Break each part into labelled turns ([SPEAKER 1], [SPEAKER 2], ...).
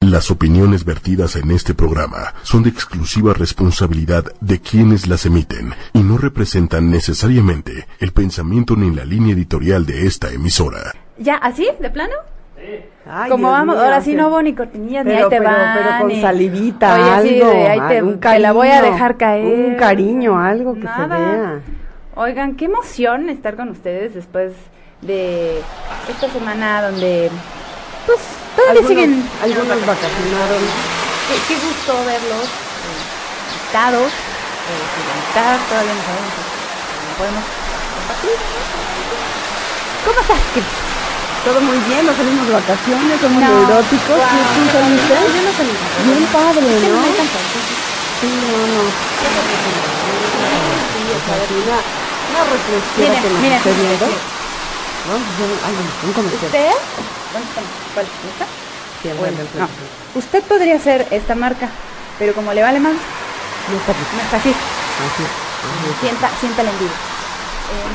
[SPEAKER 1] Las opiniones vertidas en este programa son de exclusiva responsabilidad de quienes las emiten y no representan necesariamente el pensamiento ni la línea editorial de esta emisora.
[SPEAKER 2] ¿Ya? ¿Así? ¿De plano?
[SPEAKER 3] Ay,
[SPEAKER 2] Como
[SPEAKER 3] Dios
[SPEAKER 2] vamos,
[SPEAKER 3] mío,
[SPEAKER 2] ahora sí
[SPEAKER 3] que-
[SPEAKER 2] no hubo ni cortinillas, ni
[SPEAKER 3] pero,
[SPEAKER 2] ahí te
[SPEAKER 3] pero,
[SPEAKER 2] van.
[SPEAKER 3] pero con
[SPEAKER 2] ni-
[SPEAKER 3] salivita,
[SPEAKER 2] Oye, sí,
[SPEAKER 3] algo,
[SPEAKER 2] de ahí te,
[SPEAKER 3] ah, un
[SPEAKER 2] te la voy a
[SPEAKER 3] cariño,
[SPEAKER 2] dejar caer.
[SPEAKER 3] un cariño, algo que se vea.
[SPEAKER 2] Oigan, qué emoción estar con ustedes después de esta semana donde, pues, todavía
[SPEAKER 3] Algunos-
[SPEAKER 2] siguen
[SPEAKER 3] Algunos vacacionaron.
[SPEAKER 2] Qué, qué gusto verlos eh, invitados, eh, sin invitar, todavía no sabemos si si podemos compartir. ¿no? ¿Cómo estás, Cris?
[SPEAKER 3] Todo muy bien, nos salimos de vacaciones, somos
[SPEAKER 2] No,
[SPEAKER 3] neuróticos.
[SPEAKER 2] guau,
[SPEAKER 3] ¿Sí, sí,
[SPEAKER 2] no,
[SPEAKER 3] son
[SPEAKER 2] no,
[SPEAKER 3] ustedes?
[SPEAKER 2] yo no salí.
[SPEAKER 3] Bien padre,
[SPEAKER 2] Es que no me
[SPEAKER 3] ¿no?
[SPEAKER 2] alcanzó, entonces,
[SPEAKER 3] Sí, no, no. Sí, o sea, sí, una, una reflexión
[SPEAKER 2] Miren,
[SPEAKER 3] que nos
[SPEAKER 2] miren,
[SPEAKER 3] esté viendo.
[SPEAKER 2] miren.
[SPEAKER 3] No, yo no- ay, no, un comercial.
[SPEAKER 2] ¿Usted? ¿Dónde está? ¿Cuál? ¿No está?
[SPEAKER 3] Sí, el
[SPEAKER 2] Bueno,
[SPEAKER 3] del- del-
[SPEAKER 2] no. Usted podría ser esta marca, pero como le vale más,
[SPEAKER 3] No está bien.
[SPEAKER 2] no está aquí.
[SPEAKER 3] Así, así.
[SPEAKER 2] Sienta, sienta la envidia. Eh,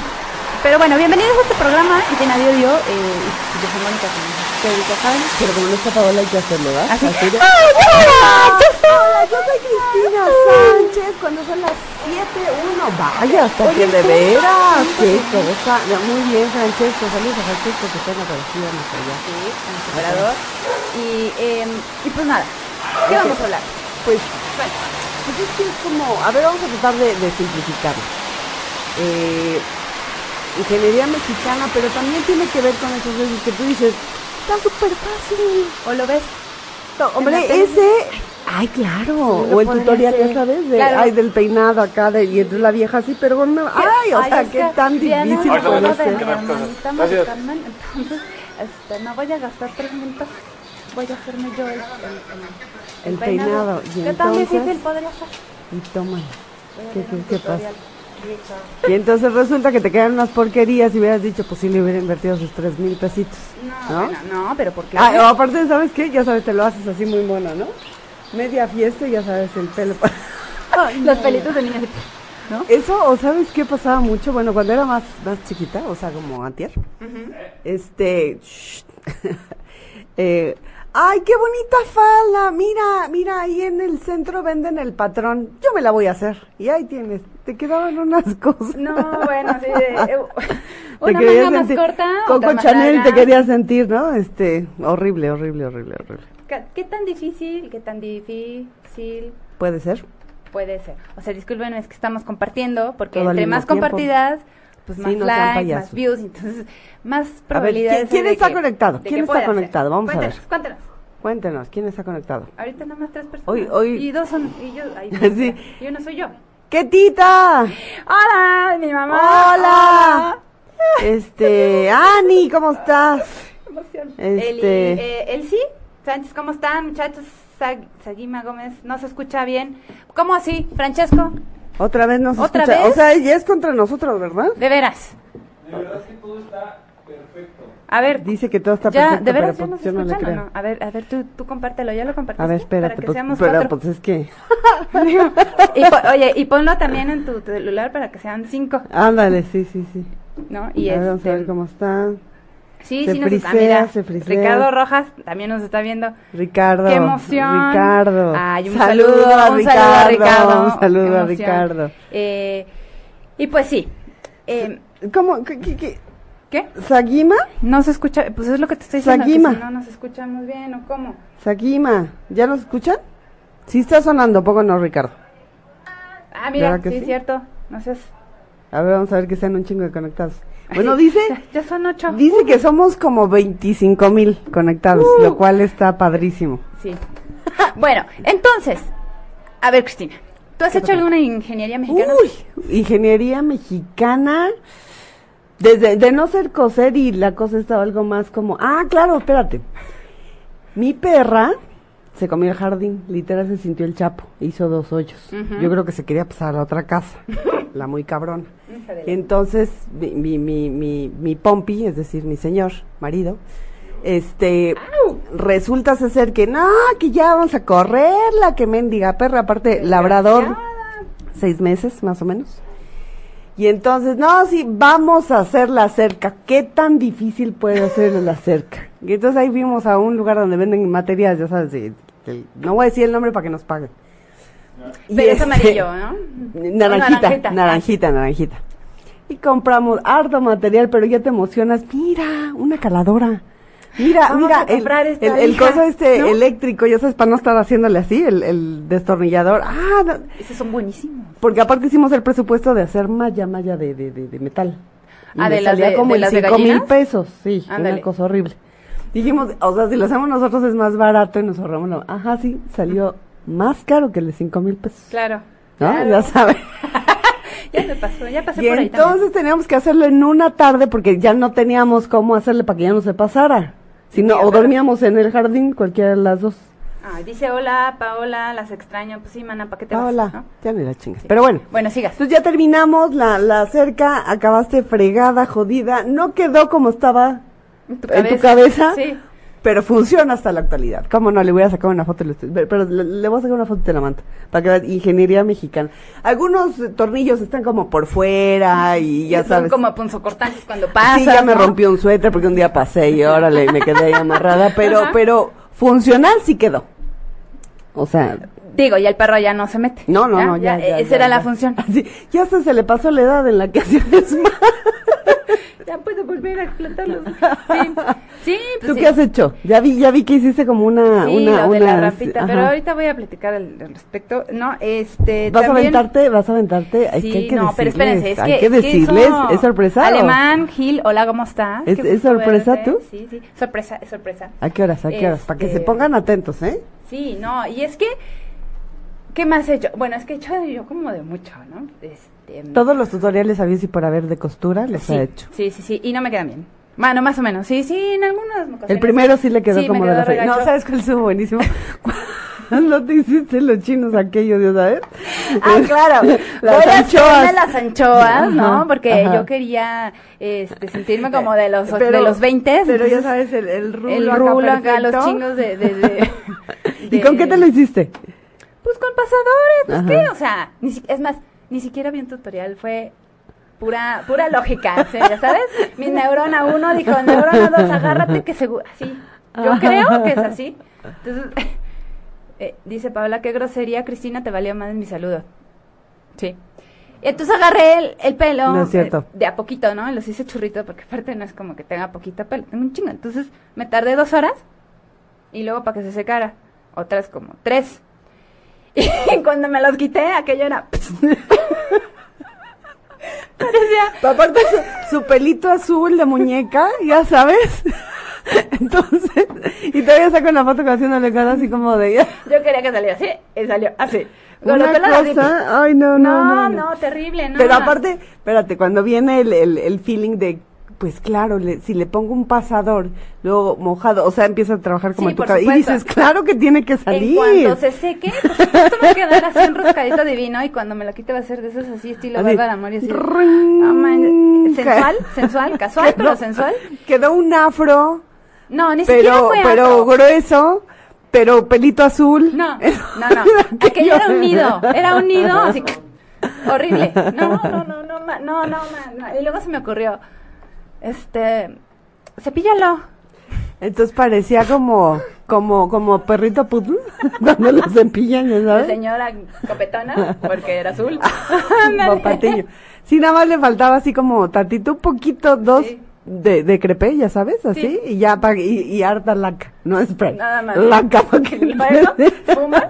[SPEAKER 2] pero bueno, bienvenidos a este programa que nadie dio. Eh, y yo soy Mónica, como ustedes ya saben.
[SPEAKER 3] Pero como no está Paola, hay que hacerlo, ¿verdad?
[SPEAKER 2] Así.
[SPEAKER 3] Así de-
[SPEAKER 2] ¡Ay, mira! ¡Ya está!
[SPEAKER 3] Hola, yo soy Cristina Sánchez, cuando son las 7.1, vaya, hasta
[SPEAKER 2] Oye,
[SPEAKER 3] que de
[SPEAKER 2] ¿cómo
[SPEAKER 3] veras,
[SPEAKER 2] estás?
[SPEAKER 3] qué cosa, Ya, muy bien, Francesco, saludos a Francesco, que están aparecidos allá.
[SPEAKER 2] Sí, como separador. Y, eh, y pues nada, ¿qué vamos a hablar?
[SPEAKER 3] Pues, pues es que es como, a ver, vamos a tratar de, de simplificarlo. Eh, ingeniería mexicana, pero también tiene que ver con esos veces que tú dices, está súper fácil.
[SPEAKER 2] ¿O lo ves?
[SPEAKER 3] No,
[SPEAKER 2] En la
[SPEAKER 3] Hombre,
[SPEAKER 2] tele.
[SPEAKER 3] ese. Ay, claro.
[SPEAKER 2] Sí, lo
[SPEAKER 3] o el
[SPEAKER 2] podría
[SPEAKER 3] tutorial,
[SPEAKER 2] ser.
[SPEAKER 3] ya sabes, de,
[SPEAKER 2] Claro.
[SPEAKER 3] ay, del peinado acá, de, y entonces la vieja así, pero no. Ay, o
[SPEAKER 2] Ay,
[SPEAKER 3] sea,
[SPEAKER 2] es
[SPEAKER 3] qué
[SPEAKER 2] que
[SPEAKER 3] tan
[SPEAKER 2] Diana
[SPEAKER 3] difícil
[SPEAKER 2] no
[SPEAKER 4] Ahorita
[SPEAKER 3] puede
[SPEAKER 2] puede
[SPEAKER 4] voy a
[SPEAKER 3] ser.
[SPEAKER 2] ver,
[SPEAKER 4] explicar las cosas.
[SPEAKER 2] hermanita
[SPEAKER 4] Gracias.
[SPEAKER 2] Maricarmen, Entonces, este, no voy a gastar tres mil pesos. Voy a hacerme yo el, el- el
[SPEAKER 3] El peinado, y
[SPEAKER 2] ¿Qué tan
[SPEAKER 3] entonces-
[SPEAKER 2] difícil podría ser?
[SPEAKER 3] Y tómala.
[SPEAKER 2] Voy a
[SPEAKER 3] ¿Qué,
[SPEAKER 2] ver
[SPEAKER 3] qué,
[SPEAKER 2] un
[SPEAKER 3] qué pasa?
[SPEAKER 2] tutorial.
[SPEAKER 3] Y entonces resulta que te quedan unas porquerías y hubieras dicho, pues sí, le hubiera invertido sus tres mil pesitos.
[SPEAKER 2] No, bueno, no, pero porque...
[SPEAKER 3] Ah, o aparte, ¿sabes qué? Ya sabes, te lo haces así muy mono, ¿no? Media fiesta y ya sabes, el pelo. pa-
[SPEAKER 2] Los pelitos de niña. ¿No?
[SPEAKER 3] Eso, o sabes qué pasaba mucho, bueno, cuando era más, más chiquita, o sea, como antier, este, shh, eh, ay, qué bonita falda, mira, mira, ahí en el centro venden el patrón, yo me la voy a hacer, y ahí tienes, te quedaban unas cosas.
[SPEAKER 2] No, bueno, sí. de- eh,
[SPEAKER 3] Te
[SPEAKER 2] una
[SPEAKER 3] querías
[SPEAKER 2] manga más
[SPEAKER 3] sentir-
[SPEAKER 2] corta. otra
[SPEAKER 3] Coco
[SPEAKER 2] más
[SPEAKER 3] Chanel te
[SPEAKER 2] larga.
[SPEAKER 3] quería sentir, ¿no? Este, horrible, horrible, horrible, horrible.
[SPEAKER 2] ¿Qué- ¿Qué tan difícil, qué tan difícil
[SPEAKER 3] ¿Puede ser?
[SPEAKER 2] puede ser? O sea, disculpen, es que estamos compartiendo, porque
[SPEAKER 3] Todo al
[SPEAKER 2] entre
[SPEAKER 3] mismo
[SPEAKER 2] más
[SPEAKER 3] tiempo.
[SPEAKER 2] compartidas, pues
[SPEAKER 3] Sí,
[SPEAKER 2] más
[SPEAKER 3] no sean
[SPEAKER 2] likes,
[SPEAKER 3] payasos.
[SPEAKER 2] más views, entonces más
[SPEAKER 3] A ver, ¿quién-
[SPEAKER 2] probabilidades.
[SPEAKER 3] quién
[SPEAKER 2] hay de
[SPEAKER 3] está
[SPEAKER 2] que-
[SPEAKER 3] conectado?
[SPEAKER 2] de
[SPEAKER 3] ¿Quién
[SPEAKER 2] que
[SPEAKER 3] está
[SPEAKER 2] pueda ser.
[SPEAKER 3] conectado? Vamos a ver.
[SPEAKER 2] Cuéntanos, Cuéntanos.
[SPEAKER 3] Cuéntenos, ¿quién está conectado?
[SPEAKER 2] Ahorita nada más tres personas.
[SPEAKER 3] Hoy- hoy-
[SPEAKER 2] Y dos son. Y yo, ay,
[SPEAKER 3] Sí.
[SPEAKER 2] y uno soy yo.
[SPEAKER 3] ¡Qué tita!
[SPEAKER 2] ¡Hola! ¡Mi mamá!
[SPEAKER 3] Hola.
[SPEAKER 2] Hola.
[SPEAKER 3] Este, Ani, ¿cómo estás?
[SPEAKER 2] Emoción.
[SPEAKER 3] Este-
[SPEAKER 2] Eli, eh, Elsie Sánchez, ¿cómo están, muchachos? Sag- Saguima Gómez, no se escucha bien. ¿Cómo así, Francesco?
[SPEAKER 3] Otra vez nos
[SPEAKER 2] ¿Otra
[SPEAKER 3] escucha.
[SPEAKER 2] vez?
[SPEAKER 3] O sea, ella es contra nosotros, ¿verdad?
[SPEAKER 2] De veras. De verdad que todo está perfecto. A ver,
[SPEAKER 3] Dice que todo está
[SPEAKER 2] ya,
[SPEAKER 3] perfecto,
[SPEAKER 2] de veras ya
[SPEAKER 3] pero
[SPEAKER 2] nos
[SPEAKER 3] pues yo no le
[SPEAKER 2] escuchan o
[SPEAKER 3] creo.
[SPEAKER 2] no. A ver, a ver, tú, tú compártelo, ya lo compartiste.
[SPEAKER 3] A ver,
[SPEAKER 2] Para
[SPEAKER 3] espérate,
[SPEAKER 2] que
[SPEAKER 3] pues,
[SPEAKER 2] seamos
[SPEAKER 3] pero
[SPEAKER 2] cuatro.
[SPEAKER 3] pues es que
[SPEAKER 2] Y pon- oye, y ponlo también en tu celular para que sean cinco,
[SPEAKER 3] ándale, sí, sí, sí.
[SPEAKER 2] ¿no? Y
[SPEAKER 3] a ver,
[SPEAKER 2] este,
[SPEAKER 3] vamos a ver cómo está.
[SPEAKER 2] Sí,
[SPEAKER 3] se
[SPEAKER 2] sí nos está,
[SPEAKER 3] frisea,
[SPEAKER 2] mira,
[SPEAKER 3] se frisea.
[SPEAKER 2] Ricardo Rojas también nos está viendo.
[SPEAKER 3] Ricardo.
[SPEAKER 2] ¡Qué emoción!
[SPEAKER 3] Ricardo.
[SPEAKER 2] Ay, un saludo, un saludo a Ricardo.
[SPEAKER 3] Un saludo
[SPEAKER 2] Qué
[SPEAKER 3] a
[SPEAKER 2] emoción.
[SPEAKER 3] Ricardo.
[SPEAKER 2] Eh, y pues sí. eh,
[SPEAKER 3] ¿Cómo? ¿Qué, qué, qué?
[SPEAKER 2] ¿Qué?
[SPEAKER 3] ¿Saguima?
[SPEAKER 2] No se escucha, pues es lo que te estoy diciendo, que
[SPEAKER 3] Saguima.
[SPEAKER 2] si no nos escuchamos bien o cómo.
[SPEAKER 3] Saguima. ¿Ya nos escuchan? Sí está sonando, ¿a poco no, Ricardo?
[SPEAKER 2] Ah, mira,
[SPEAKER 3] ¿Verdad
[SPEAKER 2] sí,
[SPEAKER 3] que
[SPEAKER 2] es
[SPEAKER 3] sí?
[SPEAKER 2] cierto. No seas...
[SPEAKER 3] A ver, vamos a ver que sean un chingo de conectados. Bueno, dice,
[SPEAKER 2] Ya, ya son ocho.
[SPEAKER 3] dice que somos como 25 mil conectados, lo cual está padrísimo.
[SPEAKER 2] Sí. bueno, entonces, a ver, Cristina, ¿tú has hecho alguna ingeniería mexicana?
[SPEAKER 3] Uy, ingeniería mexicana. Desde de no ser coser y la cosa estaba algo más como, ah, claro, espérate. Mi perra se comió el jardín, literal se sintió el chapo, hizo dos hoyos. Yo creo que se quería pasar a otra casa, la muy cabrona. Y entonces mi, mi, mi, mi, mi pompi, es decir, mi señor, marido, este, resulta ser que no, que ya vamos a correrla, que mendiga perra, aparte labrador, seis meses más o menos. Y entonces, no, sí, vamos a hacer la cerca. ¿Qué tan difícil puede hacer la cerca? Y entonces ahí vimos a un lugar donde venden materias, ya sabes, de que no voy a decir el nombre para que nos paguen. Y
[SPEAKER 2] Pero es
[SPEAKER 3] este,
[SPEAKER 2] amarillo, ¿no?
[SPEAKER 3] Naranjita,
[SPEAKER 2] naranjita.
[SPEAKER 3] naranjita, naranjita, Y compramos harto material, pero ya te emocionas. Mira, una caladora. Mira,
[SPEAKER 2] Vamos
[SPEAKER 3] mira,
[SPEAKER 2] a comprar
[SPEAKER 3] el,
[SPEAKER 2] esta,
[SPEAKER 3] el, el
[SPEAKER 2] hija,
[SPEAKER 3] coso este
[SPEAKER 2] ¿no?
[SPEAKER 3] eléctrico, ya sabes, para no estar haciéndole así, el, el destornillador. Ah, no,
[SPEAKER 2] Esos son buenísimos.
[SPEAKER 3] porque aparte hicimos el presupuesto de hacer malla, malla de, de, de, de metal.
[SPEAKER 2] Ah,
[SPEAKER 3] me
[SPEAKER 2] de las
[SPEAKER 3] salía
[SPEAKER 2] de-
[SPEAKER 3] como
[SPEAKER 2] de
[SPEAKER 3] en
[SPEAKER 2] las de
[SPEAKER 3] cinco mil
[SPEAKER 2] gallinas.
[SPEAKER 3] pesos, sí,
[SPEAKER 2] Ándale.
[SPEAKER 3] una cosa horrible. Dijimos, o sea, si lo hacemos nosotros es más barato y nos ahorramos. la- Ajá, sí, salió más caro que el de cinco mil pesos.
[SPEAKER 2] Claro.
[SPEAKER 3] ¿No?
[SPEAKER 2] claro.
[SPEAKER 3] Ya sabes.
[SPEAKER 2] Ya me pasó, ya pasé
[SPEAKER 3] Y
[SPEAKER 2] por ahí
[SPEAKER 3] entonces teníamos que hacerlo en una tarde porque ya no teníamos cómo hacerle para que ya no se pasara. Si
[SPEAKER 2] Sí,
[SPEAKER 3] no, o
[SPEAKER 2] claro.
[SPEAKER 3] dormíamos en el jardín, cualquiera de las dos.
[SPEAKER 2] también. Ay, dice, hola, Paola, las extraño. Pues sí, mana, ¿para qué te
[SPEAKER 3] Paola, Pues,
[SPEAKER 2] vas? ¿no?
[SPEAKER 3] ya ni la chingas. Pero bueno,
[SPEAKER 2] Bueno, sigas.
[SPEAKER 3] Entonces ya terminamos la, la cerca, acabaste fregada, jodida, no quedó como estaba
[SPEAKER 2] ¿En tu
[SPEAKER 3] en tu cabeza,
[SPEAKER 2] Sí.
[SPEAKER 3] pero funciona hasta la actualidad. ¿Cómo no? Le voy a sacar una foto, y le estoy- pero- pero le, le voy a sacar una foto de la manta, para que veas, ingeniería mexicana. Algunos eh, tornillos están como por fuera y ya
[SPEAKER 2] Son
[SPEAKER 3] sabes.
[SPEAKER 2] como punzocortantes cuando pasas.
[SPEAKER 3] sí, ya me
[SPEAKER 2] ¿no?
[SPEAKER 3] rompió un suéter porque un día pasé y órale, y me quedé ahí amarrada, pero,
[SPEAKER 2] Ajá.
[SPEAKER 3] pero funcional sí quedó. O sea,
[SPEAKER 2] Digo, ya el perro ya no se mete.
[SPEAKER 3] no, no, no, ya, ya,
[SPEAKER 2] Esa
[SPEAKER 3] ya,
[SPEAKER 2] era la
[SPEAKER 3] ya.
[SPEAKER 2] función.
[SPEAKER 3] Sí, ya hasta se le pasó la edad en la que hacía desmadre.
[SPEAKER 2] Ya puedo volver a explotarlos. Sí, sí pues
[SPEAKER 3] ¿Tú
[SPEAKER 2] sí.
[SPEAKER 3] qué has hecho? Ya vi, ya vi que hiciste como una,
[SPEAKER 2] Sí,
[SPEAKER 3] una,
[SPEAKER 2] lo de
[SPEAKER 3] una-
[SPEAKER 2] la rampita,
[SPEAKER 3] ajá.
[SPEAKER 2] pero ahorita voy a platicar al, al respecto. No, este.
[SPEAKER 3] Vas
[SPEAKER 2] también-
[SPEAKER 3] a aventarte, vas a aventarte. Es
[SPEAKER 2] Sí,
[SPEAKER 3] que hay que
[SPEAKER 2] no, pero
[SPEAKER 3] decirles,
[SPEAKER 2] espérense, es
[SPEAKER 3] hay
[SPEAKER 2] que,
[SPEAKER 3] que
[SPEAKER 2] es que eso-
[SPEAKER 3] decirles, es sorpresa. o?
[SPEAKER 2] Alemán, Gil, hola, ¿cómo estás?
[SPEAKER 3] ¿Es-
[SPEAKER 2] Qué
[SPEAKER 3] es sorpresa
[SPEAKER 2] fuerte.
[SPEAKER 3] tú?
[SPEAKER 2] Sí, sí, sorpresa, es sorpresa.
[SPEAKER 3] ¿A qué horas? ¿A qué horas? Para que
[SPEAKER 2] Este-
[SPEAKER 3] se pongan atentos, ¿eh?
[SPEAKER 2] Sí, no, y es que, ¿qué más he hecho? Bueno, es que he hecho yo como de mucho, ¿no? Este,
[SPEAKER 3] Todos los tutoriales había y por haber de costura los
[SPEAKER 2] sí,
[SPEAKER 3] ha hecho.
[SPEAKER 2] Sí, sí, sí, y no me quedan bien. Bueno, más o menos, sí, sí, en algunas ocasiones.
[SPEAKER 3] El primero sí le quedó
[SPEAKER 2] me
[SPEAKER 3] como de la fe-
[SPEAKER 2] regacho.
[SPEAKER 3] No, ¿sabes cuál estuvo buenísimo? Cuando te hiciste los chinos aquello, Dios, ¿sabes?
[SPEAKER 2] Ah, claro.
[SPEAKER 3] Las
[SPEAKER 2] Voy a
[SPEAKER 3] anchoas.
[SPEAKER 2] hacerme las anchoas, ¿no?
[SPEAKER 3] Ajá,
[SPEAKER 2] Porque
[SPEAKER 3] ajá.
[SPEAKER 2] yo quería este, sentirme como de los, de
[SPEAKER 3] Pero-
[SPEAKER 2] los 20.
[SPEAKER 3] Pero ya
[SPEAKER 2] entonces,
[SPEAKER 3] sabes, el, el rulo
[SPEAKER 2] el
[SPEAKER 3] acá
[SPEAKER 2] rulo acá, los
[SPEAKER 3] perfecto.
[SPEAKER 2] chingos de, de- de-
[SPEAKER 3] ¿Y con qué te lo hiciste?
[SPEAKER 2] Pues con pasadores, pues
[SPEAKER 3] Ajá.
[SPEAKER 2] qué, o sea, ni si- es más, ni siquiera vi un tutorial, fue pura pura lógica, o sea, ya sabes, mi neurona uno dijo, neurona dos, agárrate que seguro, así, yo creo que es así, entonces, eh, dice Paola, qué grosería, Cristina, te valió más mi saludo, sí. Entonces agarré el, el pelo.
[SPEAKER 3] No es cierto.
[SPEAKER 2] eh, De a poquito, ¿no? Los hice churrito porque aparte no es como que tenga poquito pelo. Tengo un chingo. Entonces me tardé dos horas y luego para que se secara. Otras como tres. Y cuando me los quité, aquello era. Parecía.
[SPEAKER 3] Aparte, su, su pelito azul de muñeca, ya sabes. Entonces, y todavía saco la foto haciéndole cara así como de ella.
[SPEAKER 2] Yo quería que saliera así y salió así. Con los
[SPEAKER 3] Una
[SPEAKER 2] pelos así.
[SPEAKER 3] cosa, ay, no, no, no. no.
[SPEAKER 2] terrible, no.
[SPEAKER 3] Pero aparte, espérate, cuando viene el, el, el feeling de, pues claro, le- si le pongo un pasador, luego mojado, o sea, empieza a trabajar como
[SPEAKER 2] Sí,
[SPEAKER 3] en tu
[SPEAKER 2] por
[SPEAKER 3] cabeza. Y
[SPEAKER 2] supuesto.
[SPEAKER 3] dices, claro que tiene que
[SPEAKER 2] En
[SPEAKER 3] salir.
[SPEAKER 2] cuanto se seque, por supuesto va a quedar así enroscadito divino y cuando me lo quite va a ser de esos así estilo
[SPEAKER 3] Así.
[SPEAKER 2] Bárbara Mori así.
[SPEAKER 3] Ring.
[SPEAKER 2] Ah, man, sensual,
[SPEAKER 3] Ca-
[SPEAKER 2] sensual, casual,
[SPEAKER 3] Quedó-
[SPEAKER 2] pero sensual.
[SPEAKER 3] Quedó un afro,
[SPEAKER 2] No, ni siquiera
[SPEAKER 3] pero,
[SPEAKER 2] fue
[SPEAKER 3] pero
[SPEAKER 2] afro.
[SPEAKER 3] grueso, pero pelito azul.
[SPEAKER 2] No, no, no. Aquello era un nido, era un nido así. Horrible. No, no, no, no, ma- no, no, ma- no. Y luego se me ocurrió, este, cepíllalo.
[SPEAKER 3] Entonces parecía como, como, como perrito poodle cuando lo cepillan, ya
[SPEAKER 2] La
[SPEAKER 3] ¿sabes?
[SPEAKER 2] señora copetona, porque era azul.
[SPEAKER 3] Papatillo. Sí, nada más le faltaba así como tantito, un poquito, dos
[SPEAKER 2] Sí.
[SPEAKER 3] de, de crepé, ya sabes, así,
[SPEAKER 2] Sí.
[SPEAKER 3] y ya pa- y, y harta laca, no spray.
[SPEAKER 2] Nada más.
[SPEAKER 3] Laca para que
[SPEAKER 2] Luego, fuma.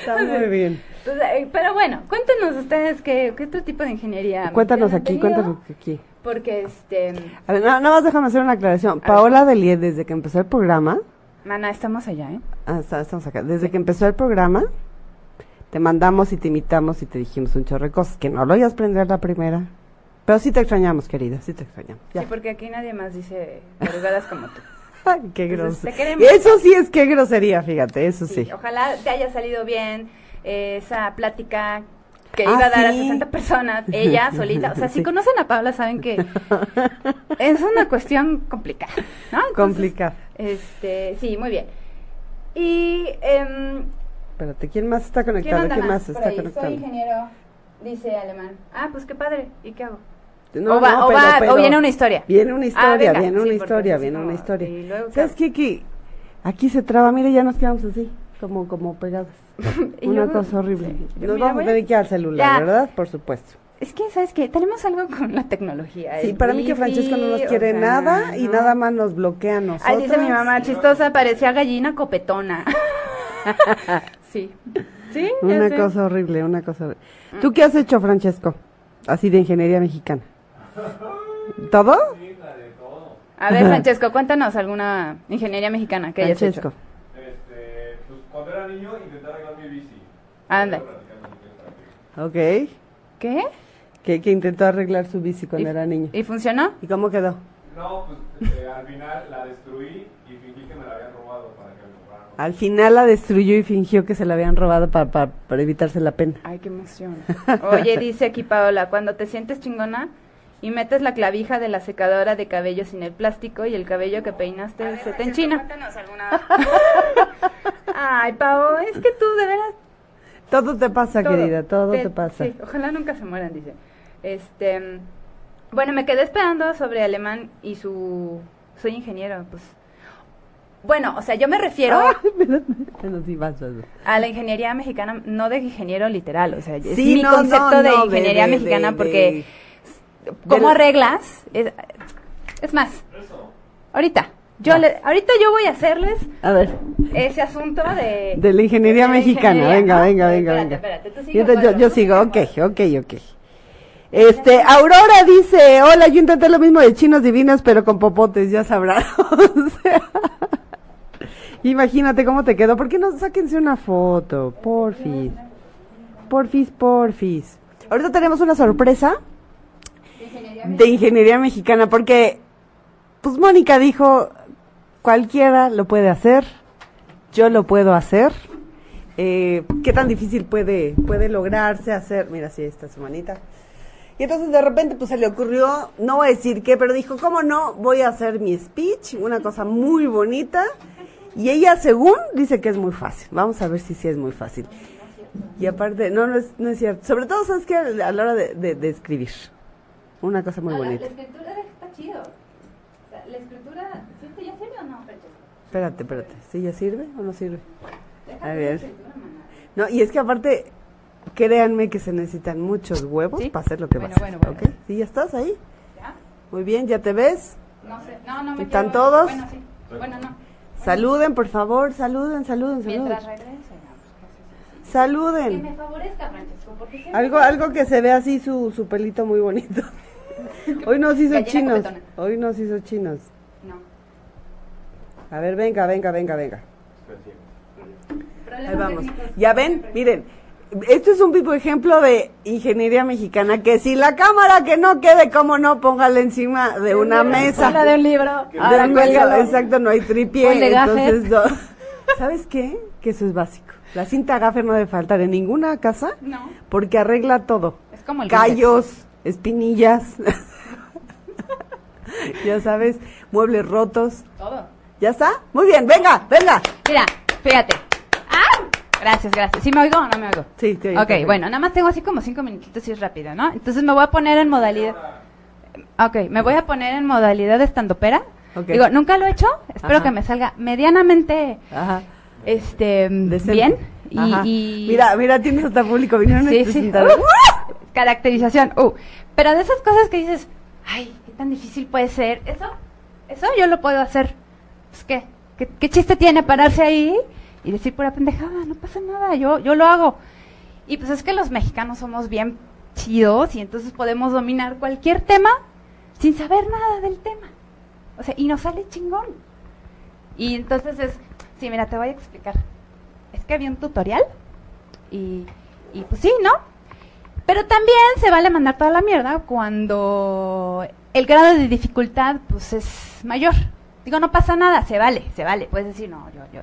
[SPEAKER 3] Está muy bien.
[SPEAKER 2] Pues, eh, Pero bueno, cuéntenos ustedes qué, qué otro tipo de ingeniería.
[SPEAKER 3] Cuéntanos
[SPEAKER 2] han
[SPEAKER 3] aquí,
[SPEAKER 2] tenido,
[SPEAKER 3] cuéntanos aquí.
[SPEAKER 2] Porque, este,
[SPEAKER 3] A ver, na- nada más déjame hacer una aclaración.
[SPEAKER 2] ver.
[SPEAKER 3] Paola Delie, desde que empezó el programa,
[SPEAKER 2] mana, estamos allá, ¿eh?
[SPEAKER 3] Ah, está- estamos acá. Desde que empezó el programa, te mandamos y te imitamos y te dijimos un chorro de cosas que no lo ibas a aprender la primera. Pero sí te extrañamos, querida, sí te extrañamos. Ya.
[SPEAKER 2] Sí, porque aquí nadie más dice madrugadas como tú.
[SPEAKER 3] Ay, qué
[SPEAKER 2] Entonces, te
[SPEAKER 3] grosería.
[SPEAKER 2] queremos.
[SPEAKER 3] Eso sí es que grosería, fíjate, eso sí.
[SPEAKER 2] Sí, Ojalá te haya salido bien eh, esa plática que
[SPEAKER 3] Ah,
[SPEAKER 2] iba a dar
[SPEAKER 3] sí.
[SPEAKER 2] a 60 personas, ella solita. O sea, si
[SPEAKER 3] Sí.
[SPEAKER 2] conocen a Paula saben que es una cuestión complicada, ¿no? Entonces,
[SPEAKER 3] Complicada.
[SPEAKER 2] Este, sí, muy bien. Y, em,
[SPEAKER 3] Espérate, ¿quién más está
[SPEAKER 2] ¿quién
[SPEAKER 3] conectado?
[SPEAKER 2] anda
[SPEAKER 3] ¿Quién
[SPEAKER 2] más
[SPEAKER 3] más
[SPEAKER 2] por
[SPEAKER 3] está
[SPEAKER 2] ahí? Soy
[SPEAKER 3] conectado?
[SPEAKER 2] ingeniero, dice alemán. Ah, pues qué padre. ¿Y qué hago?
[SPEAKER 3] No,
[SPEAKER 2] o, va-
[SPEAKER 3] no,
[SPEAKER 2] o
[SPEAKER 3] pero-
[SPEAKER 2] va- o
[SPEAKER 3] pero-
[SPEAKER 2] viene una historia.
[SPEAKER 3] Viene una
[SPEAKER 2] Ah,
[SPEAKER 3] historia,
[SPEAKER 2] venga.
[SPEAKER 3] viene una
[SPEAKER 2] Sí, porque
[SPEAKER 3] historia,
[SPEAKER 2] es
[SPEAKER 3] viene una
[SPEAKER 2] como-
[SPEAKER 3] historia.
[SPEAKER 2] y luego,
[SPEAKER 3] ¿Sabes
[SPEAKER 2] ¿qué?
[SPEAKER 3] qué? Que Aquí se traba, mire, ya nos quedamos así, como, como pegadas.
[SPEAKER 2] Y
[SPEAKER 3] Una
[SPEAKER 2] luego-
[SPEAKER 3] cosa horrible.
[SPEAKER 2] sí, yo,
[SPEAKER 3] Nos
[SPEAKER 2] mira,
[SPEAKER 3] vamos a
[SPEAKER 2] voy-
[SPEAKER 3] dedicar al celular,
[SPEAKER 2] Ya.
[SPEAKER 3] ¿verdad? Por supuesto.
[SPEAKER 2] Es que, ¿sabes qué? Tenemos algo con la tecnología.
[SPEAKER 3] Sí,
[SPEAKER 2] el
[SPEAKER 3] para mí que
[SPEAKER 2] wifi,
[SPEAKER 3] Francesco no nos
[SPEAKER 2] o
[SPEAKER 3] quiere
[SPEAKER 2] sea,
[SPEAKER 3] nada y
[SPEAKER 2] no.
[SPEAKER 3] nada más nos bloquea a nosotros.
[SPEAKER 2] Ay, dice mi mamá, chistosa, parecía gallina copetona. sí. Sí, ya
[SPEAKER 3] Una
[SPEAKER 2] sé. Mm.
[SPEAKER 3] cosa horrible, una cosa horrible. ¿Tú qué has hecho, Francesco? Así de ingeniería mexicana. ¿Todo?
[SPEAKER 2] A ver, Francesco, cuéntanos alguna ingeniería mexicana que hayas
[SPEAKER 3] Francesco.
[SPEAKER 2] hecho.
[SPEAKER 4] Este, pues cuando era niño intenté arreglar mi bici.
[SPEAKER 2] Anda.
[SPEAKER 3] Ok.
[SPEAKER 2] ¿Qué?
[SPEAKER 3] Que, que intentó arreglar su bici cuando
[SPEAKER 2] ¿Y-
[SPEAKER 3] era niño.
[SPEAKER 2] ¿Y funcionó?
[SPEAKER 3] ¿Y cómo quedó?
[SPEAKER 4] No, pues eh, al final la destruí y fingí que me la habían robado para que me compraran. otra.
[SPEAKER 3] Al final la destruyó y fingió que se la habían robado pa- pa- para evitarse la pena.
[SPEAKER 2] Ay, qué emoción. Oye, dice aquí Paola, cuando te sientes chingona y metes la clavija de la secadora de cabello sin el plástico y el cabello que peinaste se te enchina. Ay, Pao, es que tú de veras
[SPEAKER 3] Todo te pasa,
[SPEAKER 2] todo.
[SPEAKER 3] querida, todo te, pasa.
[SPEAKER 2] sí, ojalá nunca se mueran, dice. Este, mm, bueno, me quedé esperando sobre alemán y su soy ingeniero, pues. Bueno, o sea, yo me refiero
[SPEAKER 3] Ay, espérate. Bueno, sí, vas, vas, vas.
[SPEAKER 2] a la ingeniería mexicana, no de ingeniero literal, o sea, es
[SPEAKER 3] Sí,
[SPEAKER 2] mi
[SPEAKER 3] no, no,
[SPEAKER 2] concepto de
[SPEAKER 3] no,
[SPEAKER 2] ingeniería
[SPEAKER 3] de-
[SPEAKER 2] mexicana
[SPEAKER 3] de-
[SPEAKER 2] porque
[SPEAKER 3] del-
[SPEAKER 2] cómo arreglas es, es más. Ahorita,
[SPEAKER 3] Ah.
[SPEAKER 2] yo le- ahorita yo voy a hacerles
[SPEAKER 3] A ver,
[SPEAKER 2] ese asunto de
[SPEAKER 3] de la ingeniería
[SPEAKER 2] de la
[SPEAKER 3] mexicana.
[SPEAKER 2] ingeniería,
[SPEAKER 3] venga,
[SPEAKER 2] ¿no?
[SPEAKER 3] venga,
[SPEAKER 2] Espérate,
[SPEAKER 3] venga, venga.
[SPEAKER 2] espérate, tú sigue, Ah,
[SPEAKER 3] yo, te- yo-
[SPEAKER 2] Pablo,
[SPEAKER 3] yo
[SPEAKER 2] tú
[SPEAKER 3] sigo, ok,
[SPEAKER 2] sigue,
[SPEAKER 3] ok, ok. Este, Aurora dice, hola, yo intenté lo mismo de chinos divinos, pero con popotes, ya sabrás. O sea, imagínate cómo te quedó. ¿Por qué no? Sáquense una foto, porfis. Porfis, porfis. Ahorita tenemos una sorpresa de ingeniería mexicana, porque, pues Mónica dijo, cualquiera lo puede hacer, yo lo puedo hacer. Eh, ¿Qué tan difícil puede, puede lograrse hacer? Mira, sí, esta su manita. Y entonces de repente pues se le ocurrió, no voy a decir qué, pero dijo, ¿cómo no? Voy a hacer mi speech, una cosa muy bonita. Y ella según dice que es muy fácil. Vamos a ver si sí es muy fácil. Y aparte, no, no es, no es cierto. Sobre todo, ¿sabes qué? A la hora de, de- de escribir. Una cosa muy
[SPEAKER 2] No, la-
[SPEAKER 3] bonita.
[SPEAKER 2] La, escritura está chido. O sea, la escritura, ¿sí esto ya sirve o no, Pecho?
[SPEAKER 3] Espérate, espérate. ¿Sí ya sirve o no sirve?
[SPEAKER 2] Deja
[SPEAKER 3] A
[SPEAKER 2] tú
[SPEAKER 3] ver.
[SPEAKER 2] La escritura, maná.
[SPEAKER 3] No, y es que aparte, créanme que se necesitan muchos huevos
[SPEAKER 2] ¿Sí?
[SPEAKER 3] para hacer lo que
[SPEAKER 2] Bueno,
[SPEAKER 3] vas a
[SPEAKER 2] bueno,
[SPEAKER 3] hacer.
[SPEAKER 2] bueno.
[SPEAKER 3] ¿ok? ¿Sí ya estás ahí?
[SPEAKER 2] ¿Ya?
[SPEAKER 3] Muy bien, ¿ya te ves?
[SPEAKER 2] No sé. No, no me
[SPEAKER 3] ¿Están
[SPEAKER 2] quiero-
[SPEAKER 3] todos?
[SPEAKER 2] Bueno, sí. Bueno, no.
[SPEAKER 3] Saluden, por favor, saluden, saluden, saluden.
[SPEAKER 2] Mientras regrese. no, pues, ¿qué haces? Que me
[SPEAKER 3] Saluden.
[SPEAKER 2] favorezca, Francesco, porque siempre-
[SPEAKER 3] Algo, algo que se vea así su, su pelito muy bonito. Hoy nos hizo
[SPEAKER 2] Gallina
[SPEAKER 3] chinos.
[SPEAKER 2] copetona.
[SPEAKER 3] Hoy nos hizo chinos.
[SPEAKER 2] No.
[SPEAKER 3] A ver, venga, venga, venga, venga.
[SPEAKER 2] Problemas
[SPEAKER 3] Ahí vamos.
[SPEAKER 2] técnicos.
[SPEAKER 3] Ya ven, miren. Esto es un tipo ejemplo de ingeniería mexicana que si la cámara que no quede, cómo no, póngala encima de una mesa.
[SPEAKER 2] Habla de un libro. Ah,
[SPEAKER 3] Ahora
[SPEAKER 2] Ahora cuélgalo.
[SPEAKER 3] exacto, no hay tripié,
[SPEAKER 2] Ponle gaffer.
[SPEAKER 3] entonces no. ¿Sabes qué? Que eso es básico. La cinta gaffer no debe faltar en ninguna casa
[SPEAKER 2] No.
[SPEAKER 3] porque arregla todo.
[SPEAKER 2] Es como el
[SPEAKER 3] Callos, espinillas. ya sabes, muebles rotos.
[SPEAKER 2] Todo.
[SPEAKER 3] ¿Ya está? Muy bien, venga, venga.
[SPEAKER 2] Mira, fíjate. ¡Ah! Gracias, gracias. ¿Sí me oigo o no me oigo?
[SPEAKER 3] Sí, te oigo,
[SPEAKER 2] Ok,
[SPEAKER 3] te oigo.
[SPEAKER 2] bueno, nada más tengo así como cinco minutitos y es rápido, ¿no? Entonces me voy a poner en modalidad. Ok, me voy a poner en modalidad estandopera.
[SPEAKER 3] Ok.
[SPEAKER 2] Digo, nunca lo he hecho. Espero
[SPEAKER 3] Ajá.
[SPEAKER 2] que me salga medianamente
[SPEAKER 3] Ajá.
[SPEAKER 2] este,
[SPEAKER 3] decente.
[SPEAKER 2] bien. Y,
[SPEAKER 3] Ajá.
[SPEAKER 2] y-
[SPEAKER 3] Mira, mira, tienes hasta público. Vinieron
[SPEAKER 2] Sí,
[SPEAKER 3] estos
[SPEAKER 2] sí.
[SPEAKER 3] sentados.
[SPEAKER 2] ¡Uh! Caracterización. uh. Pero de esas cosas que dices, ay, qué tan difícil puede ser. Eso, eso yo lo puedo hacer. Pues qué, qué, qué chiste tiene pararse ahí y decir pura pendejada, no pasa nada, yo, yo lo hago. Y pues es que los mexicanos somos bien chidos y entonces podemos dominar cualquier tema sin saber nada del tema. O sea, y nos sale chingón. Y entonces es, sí, mira, te voy a explicar. Es que había un tutorial y, y pues sí, ¿no? Pero también se vale mandar toda la mierda cuando el grado de dificultad pues es mayor. Digo, no pasa nada, se vale, se vale. Puedes decir, no, yo, yo, yo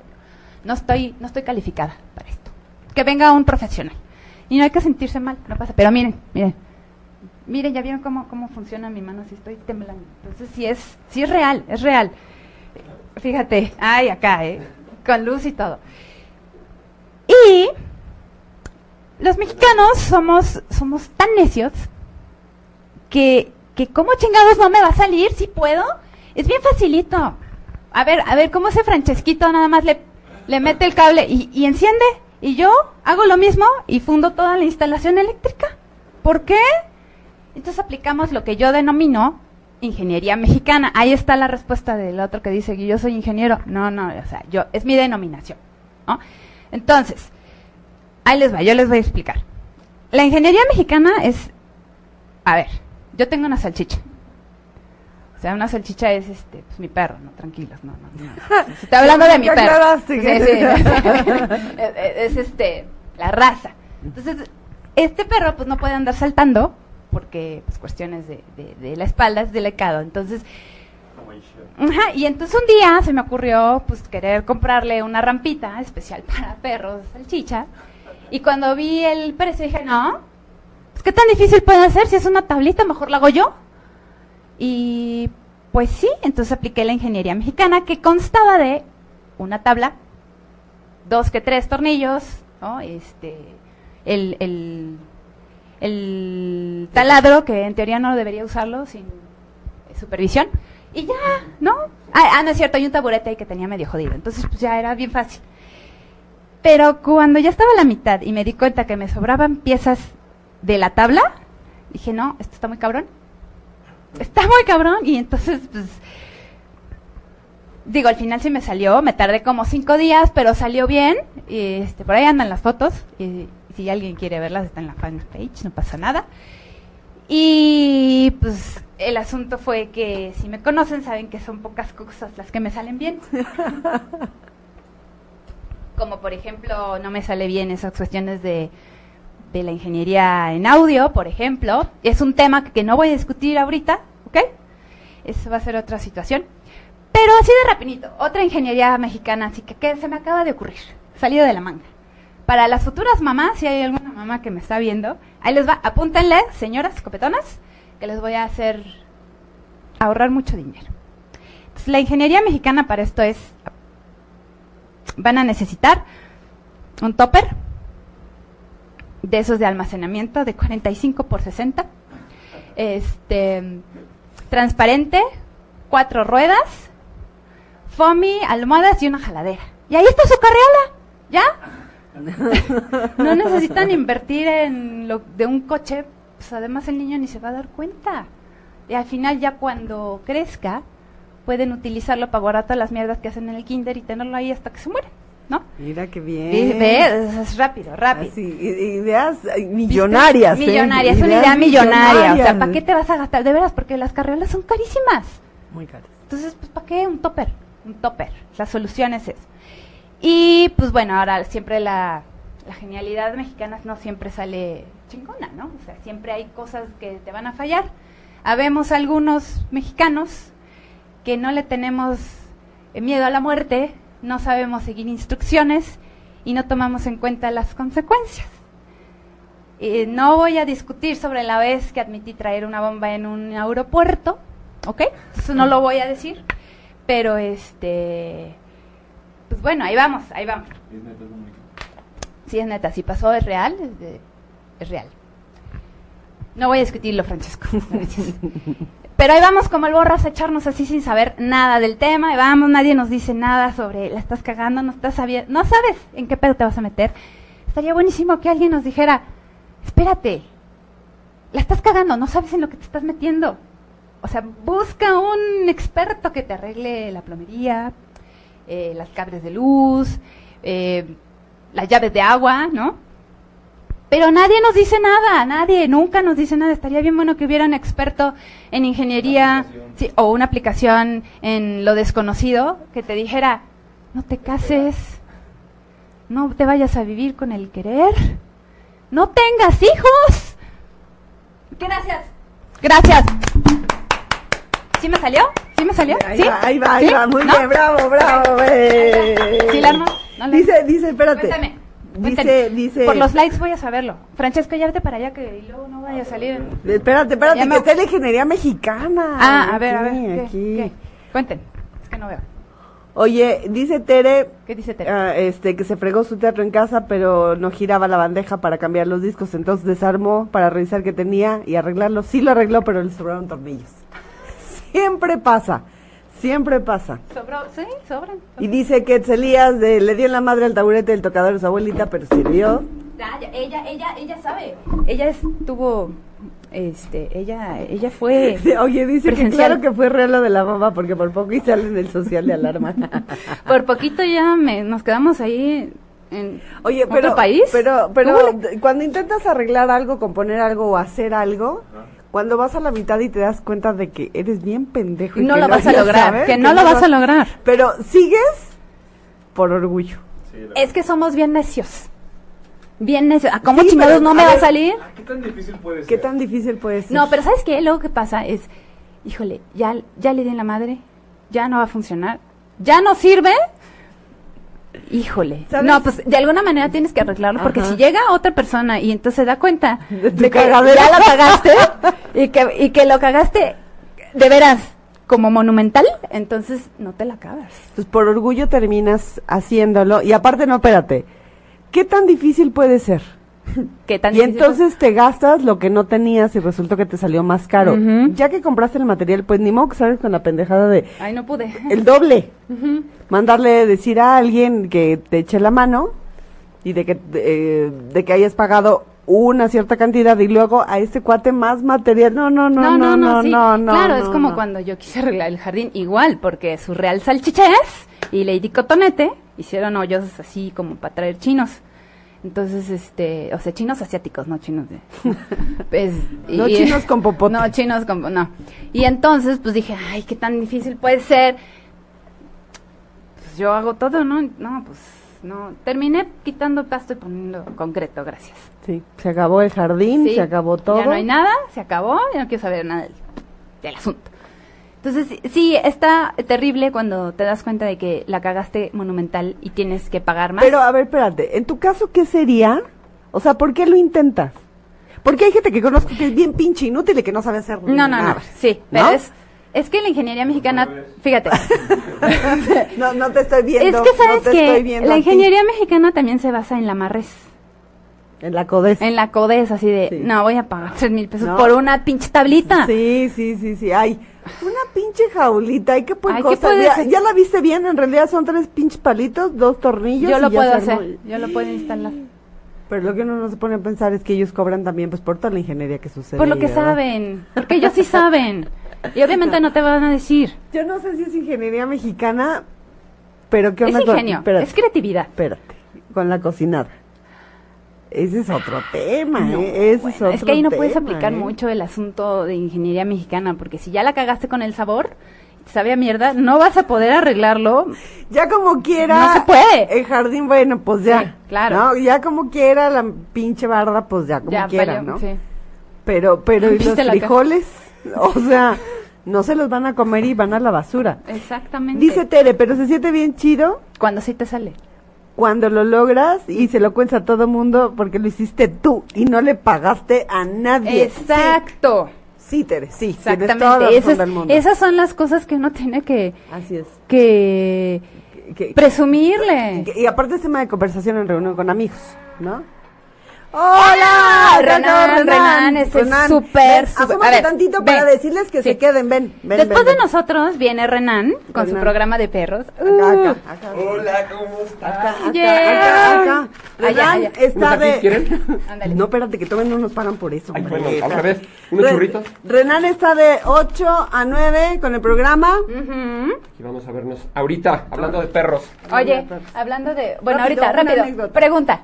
[SPEAKER 2] no estoy, no estoy calificada para esto. Que venga un profesional. Y no hay que sentirse mal, no pasa. Pero miren, miren, miren, ya vieron cómo, cómo funciona mi mano, si estoy temblando. Entonces sí es, sí es real, es real. Fíjate, ay, acá, eh, con luz y todo. Y los mexicanos somos, somos tan necios que, que como chingados no me va a salir, si puedo, es bien facilito. a ver, a ver, ¿cómo ese Francesquito nada más le, le mete el cable y, y enciende? Y yo hago lo mismo y fundo toda la instalación eléctrica. ¿Por qué? Entonces aplicamos lo que yo denomino ingeniería mexicana. Ahí está la respuesta del otro que dice que yo soy ingeniero. No, no, o sea, yo, es mi denominación. ¿no? Entonces, ahí les va, yo les voy a explicar. La ingeniería mexicana es, a ver, yo tengo una salchicha. O sea, una salchicha es este, pues mi perro, no, tranquilos, no, no, no. Estoy hablando de mi
[SPEAKER 3] Ya
[SPEAKER 2] perro.
[SPEAKER 3] aclaraste
[SPEAKER 2] Sí,
[SPEAKER 3] que-
[SPEAKER 2] sí, es, es, este, la raza. Entonces, este perro pues no puede andar saltando porque pues cuestiones de, de, de la espalda es delicado. Entonces,
[SPEAKER 4] Como Ishio.
[SPEAKER 2] Ajá, y entonces un día se me ocurrió pues querer comprarle una rampita especial para perros, salchicha. Y cuando vi el precio dije, no, pues qué tan difícil puede hacer si es una tablita, mejor la hago yo. Y pues sí, entonces apliqué la ingeniería mexicana que constaba de una tabla, dos que tres tornillos, ¿no? Este, el, el, el taladro, que en teoría no debería usarlo sin eh, supervisión, y ya, ¿no? Ah, ah, no es cierto, hay un taburete ahí que tenía medio jodido, entonces pues ya era bien fácil. Pero cuando ya estaba a la mitad y me di cuenta que me sobraban piezas de la tabla, dije, no, esto está muy cabrón. Está muy cabrón. Y entonces, pues, digo, al final sí me salió, me tardé como cinco días, pero salió bien. Y, este, por ahí andan las fotos. Y si alguien quiere verlas, está en la fanpage, no pasa nada. Y pues el asunto fue que si me conocen saben que son pocas cosas las que me salen bien. Como por ejemplo, no me sale bien esas cuestiones de, de la ingeniería en audio, por ejemplo. Es un tema que no voy a discutir ahorita, ¿ok? Eso va a ser otra situación. Pero así de rapidito, otra ingeniería mexicana, así que, que se me acaba de ocurrir, salido de la manga. Para las futuras mamás, si hay alguna mamá que me está viendo, ahí les va, apúntenle, señoras copetonas, que les voy a hacer ahorrar mucho dinero. Entonces, la ingeniería mexicana para esto es, van a necesitar un topper de esos de almacenamiento de 45 por 60, este, transparente, cuatro ruedas, foamy, almohadas y una jaladera. Y ahí está su carriola, ¿ya? No necesitan invertir en lo de un coche, pues además el niño ni se va a dar cuenta. Y al final ya cuando crezca pueden utilizarlo para borrar todas las mierdas que hacen en el kinder y tenerlo ahí hasta que se muere, ¿no?
[SPEAKER 3] Mira qué
[SPEAKER 2] Ve-
[SPEAKER 3] bien.
[SPEAKER 2] ve, es- es rápido, rápido.
[SPEAKER 3] Así, i- ideas ay, millonarias. ¿eh?
[SPEAKER 2] Millonarias, es una idea millonaria. O sea, ¿para qué te vas a gastar? De veras, porque las carriolas son carísimas.
[SPEAKER 3] Muy caras.
[SPEAKER 2] Entonces, pues, ¿para qué? Un topper, un topper. La solución es eso. Y, pues, bueno, ahora siempre la, la genialidad mexicana no siempre sale chingona, ¿no? O sea, siempre hay cosas que te van a fallar. Habemos algunos mexicanos que no le tenemos eh, miedo a la muerte, no sabemos seguir instrucciones y no tomamos en cuenta las consecuencias. Eh, no voy a discutir sobre la vez que admití traer una bomba en un aeropuerto, ¿ok? Eso no lo voy a decir, pero este, pues bueno, ahí vamos, ahí vamos.
[SPEAKER 4] Es neta, es único.
[SPEAKER 2] Si es neta, si pasó es real, es, de- es real. No voy a discutirlo, Francesco. Gracias. Pero ahí vamos como el borras a echarnos así sin saber nada del tema. Ahí vamos, nadie nos dice nada sobre la estás cagando, no estás sabiendo, no sabes en qué pedo te vas a meter. Estaría buenísimo que alguien nos dijera, espérate, la estás cagando, no sabes en lo que te estás metiendo. O sea, busca un experto que te arregle la plomería, eh, las cables de luz, eh, las llaves de agua, ¿no? Pero nadie nos dice nada, nadie, nunca nos dice nada. Estaría bien bueno que hubiera un experto en ingeniería
[SPEAKER 4] aplicación.
[SPEAKER 2] sí, o una aplicación en lo desconocido que te dijera, no te cases, no te vayas a vivir con el querer, no tengas hijos. Gracias, gracias. ¿Sí me salió? ¿Sí me salió?
[SPEAKER 3] Ahí
[SPEAKER 2] ¿Sí?
[SPEAKER 3] va, ahí va, ahí
[SPEAKER 2] ¿Sí?
[SPEAKER 3] va, muy
[SPEAKER 2] ¿No?
[SPEAKER 3] bien, bravo, bravo. eh.
[SPEAKER 2] ¿Sí la armó? No la-
[SPEAKER 3] dice, dice, espérate.
[SPEAKER 2] Cuéntame.
[SPEAKER 3] Dice,
[SPEAKER 2] cuéntame.
[SPEAKER 3] dice.
[SPEAKER 2] Por los likes voy a saberlo. Francesco, ya vete para allá que y luego no vaya a salir. en-
[SPEAKER 3] eh, Espérate, espérate,
[SPEAKER 2] Ya me-
[SPEAKER 3] que está la ingeniería mexicana.
[SPEAKER 2] Ah, a ver, a ver.
[SPEAKER 3] Aquí,
[SPEAKER 2] ¿qué,
[SPEAKER 3] aquí.
[SPEAKER 2] qué? Cuenten. Es que no veo.
[SPEAKER 3] Oye, dice Tere,
[SPEAKER 2] ¿Qué dice Tere?
[SPEAKER 3] ah, este, que se fregó su teatro en casa, pero no giraba la bandeja para cambiar los discos, entonces desarmó para revisar que tenía y arreglarlo. Sí lo arregló, pero le sobraron tornillos. Siempre pasa. Siempre pasa.
[SPEAKER 2] Sobró, sí, sobran.
[SPEAKER 3] Y dice que Elías de- le dio en la madre al taburete del tocador de su abuelita, pero sirvió.
[SPEAKER 2] Ah, ya, ella, ella, ella sabe. Ella estuvo, este, ella, ella fue.
[SPEAKER 3] Sí, Oye, dice
[SPEAKER 2] Presencial.
[SPEAKER 3] que claro que fue real lo de la mamá, porque por poco y sale en el social de alarma.
[SPEAKER 2] Por poquito ya me, nos quedamos ahí en
[SPEAKER 3] Oye,
[SPEAKER 2] otro
[SPEAKER 3] pero,
[SPEAKER 2] país.
[SPEAKER 3] pero,
[SPEAKER 2] ¿Cómo le-
[SPEAKER 3] pero d- cuando intentas arreglar algo, componer algo o hacer algo,
[SPEAKER 4] Ajá.
[SPEAKER 3] cuando vas a la mitad y te das cuenta de que eres bien pendejo, y
[SPEAKER 2] no
[SPEAKER 3] que
[SPEAKER 2] lo vas a
[SPEAKER 3] ya
[SPEAKER 2] lograr,
[SPEAKER 3] sabes,
[SPEAKER 2] que no lo vas a lograr.
[SPEAKER 3] Pero sigues por orgullo.
[SPEAKER 4] Sí, la-
[SPEAKER 2] Es que somos bien necios. Bien necios. ¿A cómo
[SPEAKER 3] Sí,
[SPEAKER 2] chingados
[SPEAKER 3] pero,
[SPEAKER 2] no me
[SPEAKER 3] a
[SPEAKER 2] va a
[SPEAKER 3] ver,
[SPEAKER 2] salir?
[SPEAKER 4] Ah, ¿Qué tan difícil puede ser?
[SPEAKER 3] ¿Qué tan difícil puede ser?
[SPEAKER 2] No, pero ¿sabes qué? Luego que pasa es, híjole, ya, ya le di en la madre, ya no va a funcionar, ya no sirve. Híjole.
[SPEAKER 3] ¿Sabes?
[SPEAKER 2] No, pues de alguna manera tienes que arreglarlo, porque
[SPEAKER 3] Ajá.
[SPEAKER 2] si llega otra persona y entonces se da cuenta
[SPEAKER 3] De
[SPEAKER 2] de,
[SPEAKER 3] tu
[SPEAKER 2] que
[SPEAKER 3] cagadera.
[SPEAKER 2] ya la cagaste y que, y que lo cagaste de veras como monumental, entonces no te la acabas.
[SPEAKER 3] Pues por orgullo terminas haciéndolo. Y aparte, no, espérate. ¿Qué tan difícil puede ser?
[SPEAKER 2] ¿Qué tan
[SPEAKER 3] Y
[SPEAKER 2] difícil fue?
[SPEAKER 3] entonces te gastas lo que no tenías y resultó que te salió más caro.
[SPEAKER 2] Ujú.
[SPEAKER 3] Ya que compraste el material, pues ni modo que sales con la pendejada de
[SPEAKER 2] Ay, no pude.
[SPEAKER 3] el doble.
[SPEAKER 2] Ujú.
[SPEAKER 3] Mandarle decir a alguien que te eche la mano y de que, eh, de que hayas pagado una cierta cantidad y luego a este cuate más material. No, no, no, no, no, no,
[SPEAKER 2] sí.
[SPEAKER 3] no,
[SPEAKER 2] Claro, es
[SPEAKER 3] no,
[SPEAKER 2] como
[SPEAKER 3] no.
[SPEAKER 2] cuando yo quise arreglar el jardín, igual, porque su real salchichés y Lady Cotonete hicieron hoyos así como para traer chinos. Entonces, este, o sea, chinos asiáticos, no chinos de... pues,
[SPEAKER 3] No chinos con popote.
[SPEAKER 2] No, chinos con... po- No. Y entonces, pues dije, ay, qué tan difícil puede ser. Pues yo hago todo, ¿no? No, pues, no. Terminé quitando pasto y poniendo concreto, gracias.
[SPEAKER 3] Sí, se acabó el jardín,
[SPEAKER 2] Sí,
[SPEAKER 3] se acabó todo.
[SPEAKER 2] Ya no hay nada, se acabó, ya no quiero saber nada del, del asunto. Entonces, sí- sí, está terrible cuando te das cuenta de que la cagaste monumental y tienes que pagar más.
[SPEAKER 3] Pero a ver, espérate, en tu caso, ¿qué sería? O sea, ¿por qué lo intentas? Porque hay gente que conozco que es bien pinche inútil y que no sabe hacer
[SPEAKER 2] no, no, no,
[SPEAKER 3] nada.
[SPEAKER 2] sí, pero
[SPEAKER 3] Ah. ¿No?
[SPEAKER 2] es, es que la ingeniería mexicana,
[SPEAKER 4] Al revés.
[SPEAKER 2] fíjate,
[SPEAKER 3] No, no te estoy
[SPEAKER 2] es
[SPEAKER 3] viendo.
[SPEAKER 2] que sabes
[SPEAKER 3] no te estoy
[SPEAKER 2] que
[SPEAKER 3] viendo
[SPEAKER 2] la
[SPEAKER 3] a ti.
[SPEAKER 2] ingeniería mexicana también se basa en la marres.
[SPEAKER 3] En la CODES.
[SPEAKER 2] En la CODES, así de,
[SPEAKER 3] Sí.
[SPEAKER 2] no, voy a pagar tres mil pesos
[SPEAKER 3] No.
[SPEAKER 2] por una pinche tablita.
[SPEAKER 3] Sí, sí, sí, sí. Ay, una pinche jaulita. Ay, qué poca
[SPEAKER 2] Ay, ¿qué
[SPEAKER 3] cosa.
[SPEAKER 2] puede
[SPEAKER 3] Mira,
[SPEAKER 2] ser?
[SPEAKER 3] ya la viste bien. En realidad son tres pinches palitos, dos tornillos.
[SPEAKER 2] yo
[SPEAKER 3] y
[SPEAKER 2] lo
[SPEAKER 3] ya
[SPEAKER 2] puedo
[SPEAKER 3] se armó.
[SPEAKER 2] hacer, yo lo puedo instalar.
[SPEAKER 3] Pero lo que uno no se pone a pensar es que ellos cobran también, pues, por toda la ingeniería que sucede.
[SPEAKER 2] Por lo que
[SPEAKER 3] ¿verdad?
[SPEAKER 2] saben, porque ellos sí saben. Y obviamente no te van a decir.
[SPEAKER 3] Yo no sé si es ingeniería mexicana, pero qué
[SPEAKER 2] Es
[SPEAKER 3] onda con-
[SPEAKER 2] ingenio,
[SPEAKER 3] espérate.
[SPEAKER 2] es creatividad.
[SPEAKER 3] espérate, con la cocinada. Ese es otro tema,
[SPEAKER 2] No,
[SPEAKER 3] ¿eh? Ese
[SPEAKER 2] bueno,
[SPEAKER 3] es otro
[SPEAKER 2] que ahí no puedes
[SPEAKER 3] tema,
[SPEAKER 2] aplicar
[SPEAKER 3] ¿eh?
[SPEAKER 2] mucho el asunto de ingeniería mexicana, porque si ya la cagaste con el sabor, sabe a mierda, no vas a poder arreglarlo.
[SPEAKER 3] Ya como quiera.
[SPEAKER 2] No se puede.
[SPEAKER 3] El jardín, bueno, pues ya.
[SPEAKER 2] Sí, claro.
[SPEAKER 3] ¿no? Ya como quiera la pinche barda, pues ya como
[SPEAKER 2] ya,
[SPEAKER 3] quiera,
[SPEAKER 2] valió,
[SPEAKER 3] ¿no?
[SPEAKER 2] sí.
[SPEAKER 3] Pero, pero, ¿y los
[SPEAKER 2] Viste la cara.
[SPEAKER 3] frijoles? O sea, no se los van a comer y van a la basura.
[SPEAKER 2] Exactamente.
[SPEAKER 3] Dice Tere, pero se siente bien chido
[SPEAKER 2] Cuando sí te sale.
[SPEAKER 3] cuando lo logras y se lo cuentas a todo mundo porque lo hiciste tú y no le pagaste a nadie.
[SPEAKER 2] Exacto.
[SPEAKER 3] Sí, sí, Tere, sí. Tienes toda la
[SPEAKER 2] Exactamente.
[SPEAKER 3] razón
[SPEAKER 2] Esas,
[SPEAKER 3] del mundo.
[SPEAKER 2] esas son las cosas que uno tiene que,
[SPEAKER 3] Así es.
[SPEAKER 2] que
[SPEAKER 3] Que-
[SPEAKER 2] presumirle.
[SPEAKER 3] Que- Y aparte es tema de conversación en reunión con amigos, ¿no? ¡Hola!
[SPEAKER 2] Renan, Renan, es el súper,
[SPEAKER 3] ven,
[SPEAKER 2] súper-
[SPEAKER 3] asómate
[SPEAKER 2] a ver,
[SPEAKER 3] tantito
[SPEAKER 2] ven.
[SPEAKER 3] para decirles que
[SPEAKER 2] Sí.
[SPEAKER 3] se queden, ven, ven,
[SPEAKER 2] Después
[SPEAKER 3] ven,
[SPEAKER 2] de
[SPEAKER 3] ven.
[SPEAKER 2] nosotros viene Renan con su
[SPEAKER 3] Renan.
[SPEAKER 2] programa de perros.
[SPEAKER 3] Acá, acá, acá.
[SPEAKER 4] Hola, ¿cómo
[SPEAKER 3] Acá,
[SPEAKER 4] estás?
[SPEAKER 3] Ah, acá,
[SPEAKER 2] Yeah.
[SPEAKER 3] acá, acá.
[SPEAKER 2] Allá,
[SPEAKER 3] Renan
[SPEAKER 2] allá.
[SPEAKER 3] está
[SPEAKER 5] ¿Unos aquí
[SPEAKER 3] de...
[SPEAKER 5] Pues, quieren?
[SPEAKER 2] Ándale.
[SPEAKER 3] No, espérate, que tomen no nos pagan por eso.
[SPEAKER 5] Ay,
[SPEAKER 3] hombre.
[SPEAKER 5] bueno, al revés. ¿Unos churritos?
[SPEAKER 3] Renan está de 8 a 9 con el programa.
[SPEAKER 2] Ujú.
[SPEAKER 5] Aquí vamos a vernos ahorita, hablando de perros.
[SPEAKER 2] Oye, hablando de... Bueno,
[SPEAKER 3] pues. Rápido,
[SPEAKER 2] ahorita,
[SPEAKER 3] una
[SPEAKER 2] rápido.
[SPEAKER 3] anécdota.
[SPEAKER 2] Pregunta.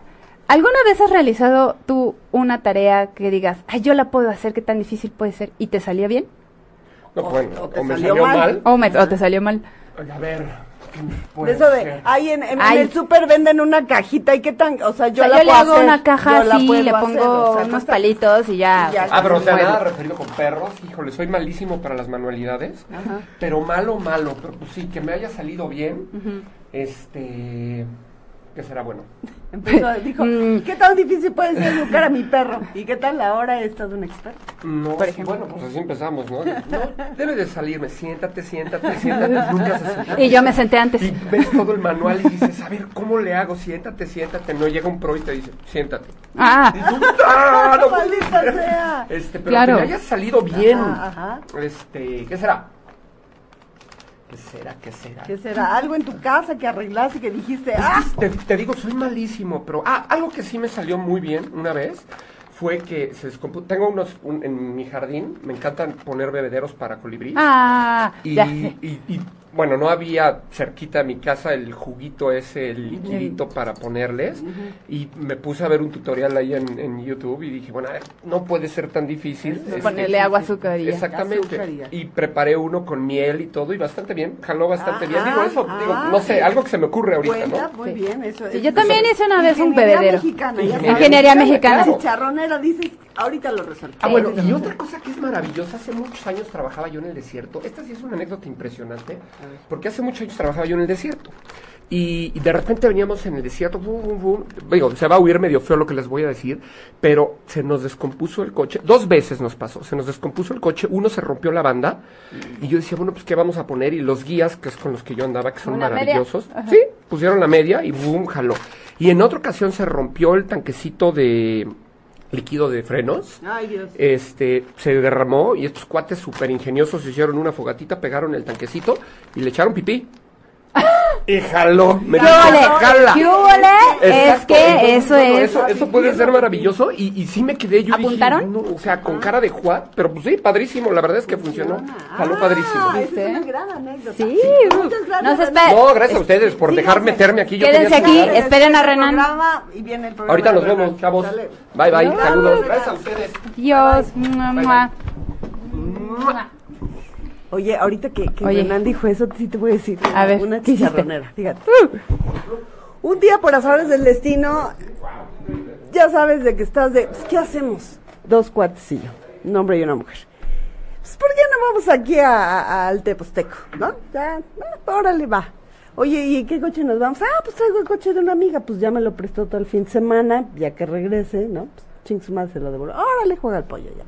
[SPEAKER 2] ¿Alguna vez has realizado tú una tarea que digas, ay, yo la puedo hacer, qué tan difícil puede ser, y te salía bien?
[SPEAKER 5] No, bueno,
[SPEAKER 3] o te
[SPEAKER 5] o me
[SPEAKER 3] salió
[SPEAKER 5] salió
[SPEAKER 3] mal.
[SPEAKER 5] mal.
[SPEAKER 2] O, me- o te salió mal.
[SPEAKER 5] Oye, A ver, ¿qué
[SPEAKER 3] De
[SPEAKER 5] puede
[SPEAKER 3] eso de,
[SPEAKER 5] ser?
[SPEAKER 3] ay, en, en- en
[SPEAKER 2] Ay.
[SPEAKER 3] el súper venden una cajita y qué tan, o sea, yo
[SPEAKER 2] O sea,
[SPEAKER 3] la
[SPEAKER 2] le
[SPEAKER 3] puedo
[SPEAKER 2] hago
[SPEAKER 3] hacer,
[SPEAKER 2] una caja
[SPEAKER 3] yo la
[SPEAKER 2] así,
[SPEAKER 3] puedo
[SPEAKER 2] le
[SPEAKER 3] hacer,
[SPEAKER 2] pongo
[SPEAKER 3] o sea,
[SPEAKER 2] unos
[SPEAKER 3] cuesta-
[SPEAKER 2] palitos y ya.
[SPEAKER 3] Y ya.
[SPEAKER 5] Ah, pero o sea,
[SPEAKER 2] Bueno.
[SPEAKER 5] nada referido con perros. Híjole, soy malísimo para las manualidades. Pero malo, malo. Pero pues sí, que me haya salido bien. Este. ¿Qué será bueno?
[SPEAKER 3] Empezó, dijo,
[SPEAKER 2] Mm.
[SPEAKER 3] ¿qué tan difícil puede ser educar a mi perro? ¿Y qué tal ahora he estado un experto?
[SPEAKER 5] No, bueno, pues así empezamos, ¿no? No, debe de salirme. Siéntate, siéntate, siéntate. Nunca se sienta.
[SPEAKER 2] Y yo me senté antes.
[SPEAKER 5] Y ves todo el manual y dices, a ver, ¿cómo le hago? Siéntate, siéntate. No llega un pro y te dice, siéntate. Y
[SPEAKER 2] Ah,
[SPEAKER 5] tú, ¡ah, no!
[SPEAKER 3] ¡Maldita sea!
[SPEAKER 5] Este, pero
[SPEAKER 2] Claro.
[SPEAKER 5] que le haya salido bien.
[SPEAKER 3] Ajá, ajá.
[SPEAKER 5] Este, ¿qué será? ¿Qué será? ¿Qué será?
[SPEAKER 3] ¿Qué será? Algo en tu casa que arreglaste que dijiste, ¡ah!
[SPEAKER 5] Te, te digo, soy malísimo, pero ah, algo que sí me salió muy bien una vez fue que se descompu- Tengo unos un- en mi jardín, me encantan poner bebederos para colibrí.
[SPEAKER 2] Ah,
[SPEAKER 5] y,
[SPEAKER 2] ya sé.
[SPEAKER 5] y- y, bueno, no había cerquita de mi casa el juguito ese, el liquidito para ponerles. Y me puse a ver un tutorial ahí en, en YouTube y dije, bueno, a ver, no puede ser tan difícil. este,
[SPEAKER 2] Pues Ponerle agua azúcar y ya.
[SPEAKER 3] Azúcar y
[SPEAKER 5] Exactamente.
[SPEAKER 3] ya.
[SPEAKER 5] Y preparé uno con miel y todo y bastante bien, jaló bastante bien.
[SPEAKER 3] Ah,
[SPEAKER 5] Digo eso,
[SPEAKER 3] ah,
[SPEAKER 5] digo, no sé,
[SPEAKER 3] sí.
[SPEAKER 5] algo que se me ocurre ahorita,
[SPEAKER 3] Cuenta,
[SPEAKER 5] ¿no?
[SPEAKER 3] muy
[SPEAKER 2] Sí.
[SPEAKER 3] bien, eso
[SPEAKER 2] Sí,
[SPEAKER 3] es-
[SPEAKER 2] yo también hice una vez un
[SPEAKER 3] Ingeniería
[SPEAKER 2] bebedero.
[SPEAKER 3] mexicana, ya sabes.
[SPEAKER 2] Ingeniería mexicana.
[SPEAKER 5] Claro.
[SPEAKER 3] Chicharronera, dices, ahorita lo resolví.
[SPEAKER 5] Ah, bueno, y otra cosa que es maravillosa, hace muchos años trabajaba yo en el desierto. Esta sí es una anécdota impresionante,
[SPEAKER 2] Ah.
[SPEAKER 5] porque hace muchos años trabajaba yo en el desierto. Y, y de repente veníamos en el desierto, bum, bum, bum. Digo, se va a huir medio feo lo que les voy a decir, pero se nos descompuso el coche. Dos veces nos pasó, se nos descompuso el coche, uno se rompió la banda, y yo decía, bueno, pues ¿qué vamos a poner? Y los guías, que es con los que yo andaba, que son
[SPEAKER 2] Una media.
[SPEAKER 5] maravillosos, sí, pusieron la media y boom, jaló. Y en otra ocasión se rompió el tanquecito de líquido de
[SPEAKER 2] Ah,
[SPEAKER 5] frenos
[SPEAKER 3] Ay, Dios.
[SPEAKER 5] este, se derramó y estos cuates súper ingeniosos hicieron una fogatita, pegaron el tanquecito y le echaron pipí. y jaló. Me
[SPEAKER 2] ¿Qué
[SPEAKER 5] dijo,
[SPEAKER 2] huele?
[SPEAKER 5] "Jala".
[SPEAKER 2] ¿Qué huele? Es
[SPEAKER 5] Exacto,
[SPEAKER 2] que
[SPEAKER 5] entonces,
[SPEAKER 2] eso
[SPEAKER 5] bueno,
[SPEAKER 2] es.
[SPEAKER 5] Eso, eso puede ser maravilloso y, y sí me quedé yo. dije,
[SPEAKER 2] ¿Apuntaron? Ah.
[SPEAKER 5] "No", o sea, con cara de juá, pero pues sí, padrísimo. La verdad es que funcionó. Jaló padrísimo.
[SPEAKER 3] Ah, esa es
[SPEAKER 2] ¿Viste?
[SPEAKER 3] una gran anécdota.
[SPEAKER 2] Sí. uh,
[SPEAKER 3] Muchas gracias.
[SPEAKER 2] No se
[SPEAKER 3] Renan.
[SPEAKER 2] espera.
[SPEAKER 5] No, gracias a ustedes por
[SPEAKER 3] Sí,
[SPEAKER 5] dejar
[SPEAKER 3] gracias.
[SPEAKER 5] meterme aquí. Yo
[SPEAKER 2] Quédense
[SPEAKER 5] tenía que
[SPEAKER 2] aquí,
[SPEAKER 5] llegar.
[SPEAKER 3] Regresa
[SPEAKER 2] esperen a
[SPEAKER 3] el
[SPEAKER 2] Renan.
[SPEAKER 3] programa Y viene el programa
[SPEAKER 5] Ahorita
[SPEAKER 3] de
[SPEAKER 5] nos
[SPEAKER 3] Renan.
[SPEAKER 5] vemos, chavos.
[SPEAKER 3] Sale.
[SPEAKER 5] Bye, bye.
[SPEAKER 2] Adiós.
[SPEAKER 5] Saludos. Gracias a ustedes.
[SPEAKER 2] Dios. mua,
[SPEAKER 5] Bye,
[SPEAKER 2] mua.
[SPEAKER 3] Oye, ahorita que, que
[SPEAKER 2] Oye.
[SPEAKER 3] Renan dijo eso, sí te voy a decir.
[SPEAKER 2] A ver,
[SPEAKER 3] una
[SPEAKER 2] ¿qué hiciste?
[SPEAKER 3] chicharronera. Fíjate. Un día por azares del destino, ya sabes de que estás de. pues, ¿Qué hacemos? Dos cuates y yo, un hombre y una mujer. Pues, ¿por qué no vamos aquí a- a- al Teposteco? ¿No? Ya, ah, órale, va. Oye, ¿y en qué coche nos vamos? Ah, pues traigo el coche de una amiga. Pues ya me lo prestó todo el fin de semana, ya que regrese, ¿no? Pues, ching su madre se lo devuelvo. Órale, juega al pollo ya.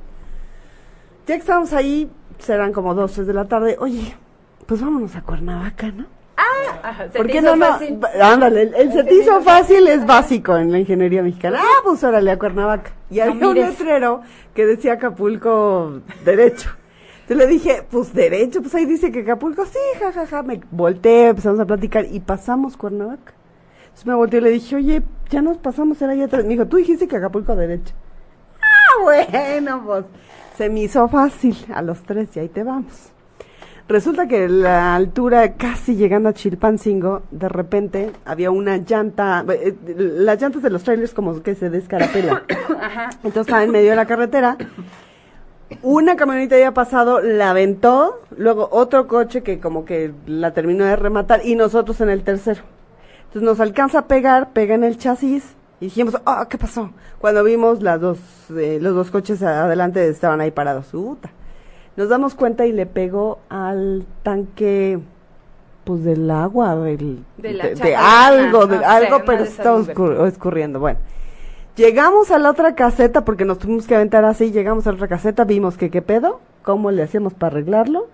[SPEAKER 3] Ya que estábamos ahí, serán como dos, tres de la tarde. Oye, pues vámonos a Cuernavaca, ¿no?
[SPEAKER 2] Ajá, se
[SPEAKER 3] ¿Por
[SPEAKER 2] te
[SPEAKER 3] qué
[SPEAKER 2] hizo
[SPEAKER 3] no, no?
[SPEAKER 2] fácil.
[SPEAKER 3] Ba- Ándale, el, el cetizo fácil es básico en la ingeniería mexicana. Ah, pues órale, a Cuernavaca. Y había un
[SPEAKER 2] mires.
[SPEAKER 3] letrero que decía Acapulco derecho. Yo le dije, pues derecho, pues ahí dice que Acapulco, sí, jajaja. Me volteé, empezamos a platicar y pasamos Cuernavaca. Entonces me volteé y le dije, oye, ya nos pasamos, era ya atrás. Me dijo, tú dijiste que Acapulco derecho. Ah, bueno, pues se me hizo fácil a los tres y ahí te vamos. Resulta que la altura, casi llegando a Chilpancingo, de repente había una llanta, eh, eh, las llantas de los trailers como que se descarapelan. Entonces estaba en medio de la carretera. Una camioneta había pasado, la aventó, luego otro coche que como que la terminó de rematar y nosotros en el tercero. Entonces nos alcanza a pegar, pega en el chasis y dijimos, ah, ¿qué pasó? Cuando vimos las dos, eh, los dos coches adelante estaban ahí parados. Uta. Nos damos cuenta y le pegó al tanque, pues del agua, del-
[SPEAKER 2] De la
[SPEAKER 3] de,
[SPEAKER 2] chapa.
[SPEAKER 3] de algo, de
[SPEAKER 2] Ah, no sé,
[SPEAKER 3] algo,
[SPEAKER 2] una
[SPEAKER 3] pero
[SPEAKER 2] de esas
[SPEAKER 3] estaba
[SPEAKER 2] nubes.
[SPEAKER 3] oscur- escurriendo. Bueno, llegamos a la otra caseta porque nos tuvimos que aventar así, llegamos a la otra caseta, vimos que qué pedo, cómo le hacíamos para arreglarlo.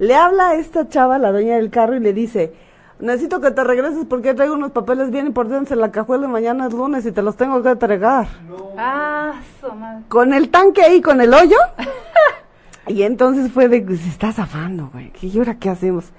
[SPEAKER 3] Le habla a esta chava, la dueña del carro, y le dice, necesito que te regreses porque traigo unos papeles bien importantes en la cajuela y mañana es lunes y te los tengo que entregar.
[SPEAKER 2] Ah, su madre.
[SPEAKER 3] Con el tanque ahí, con el hoyo. y entonces fue de, "Pues, se está zafando, güey. ¿Y ahora qué hacemos?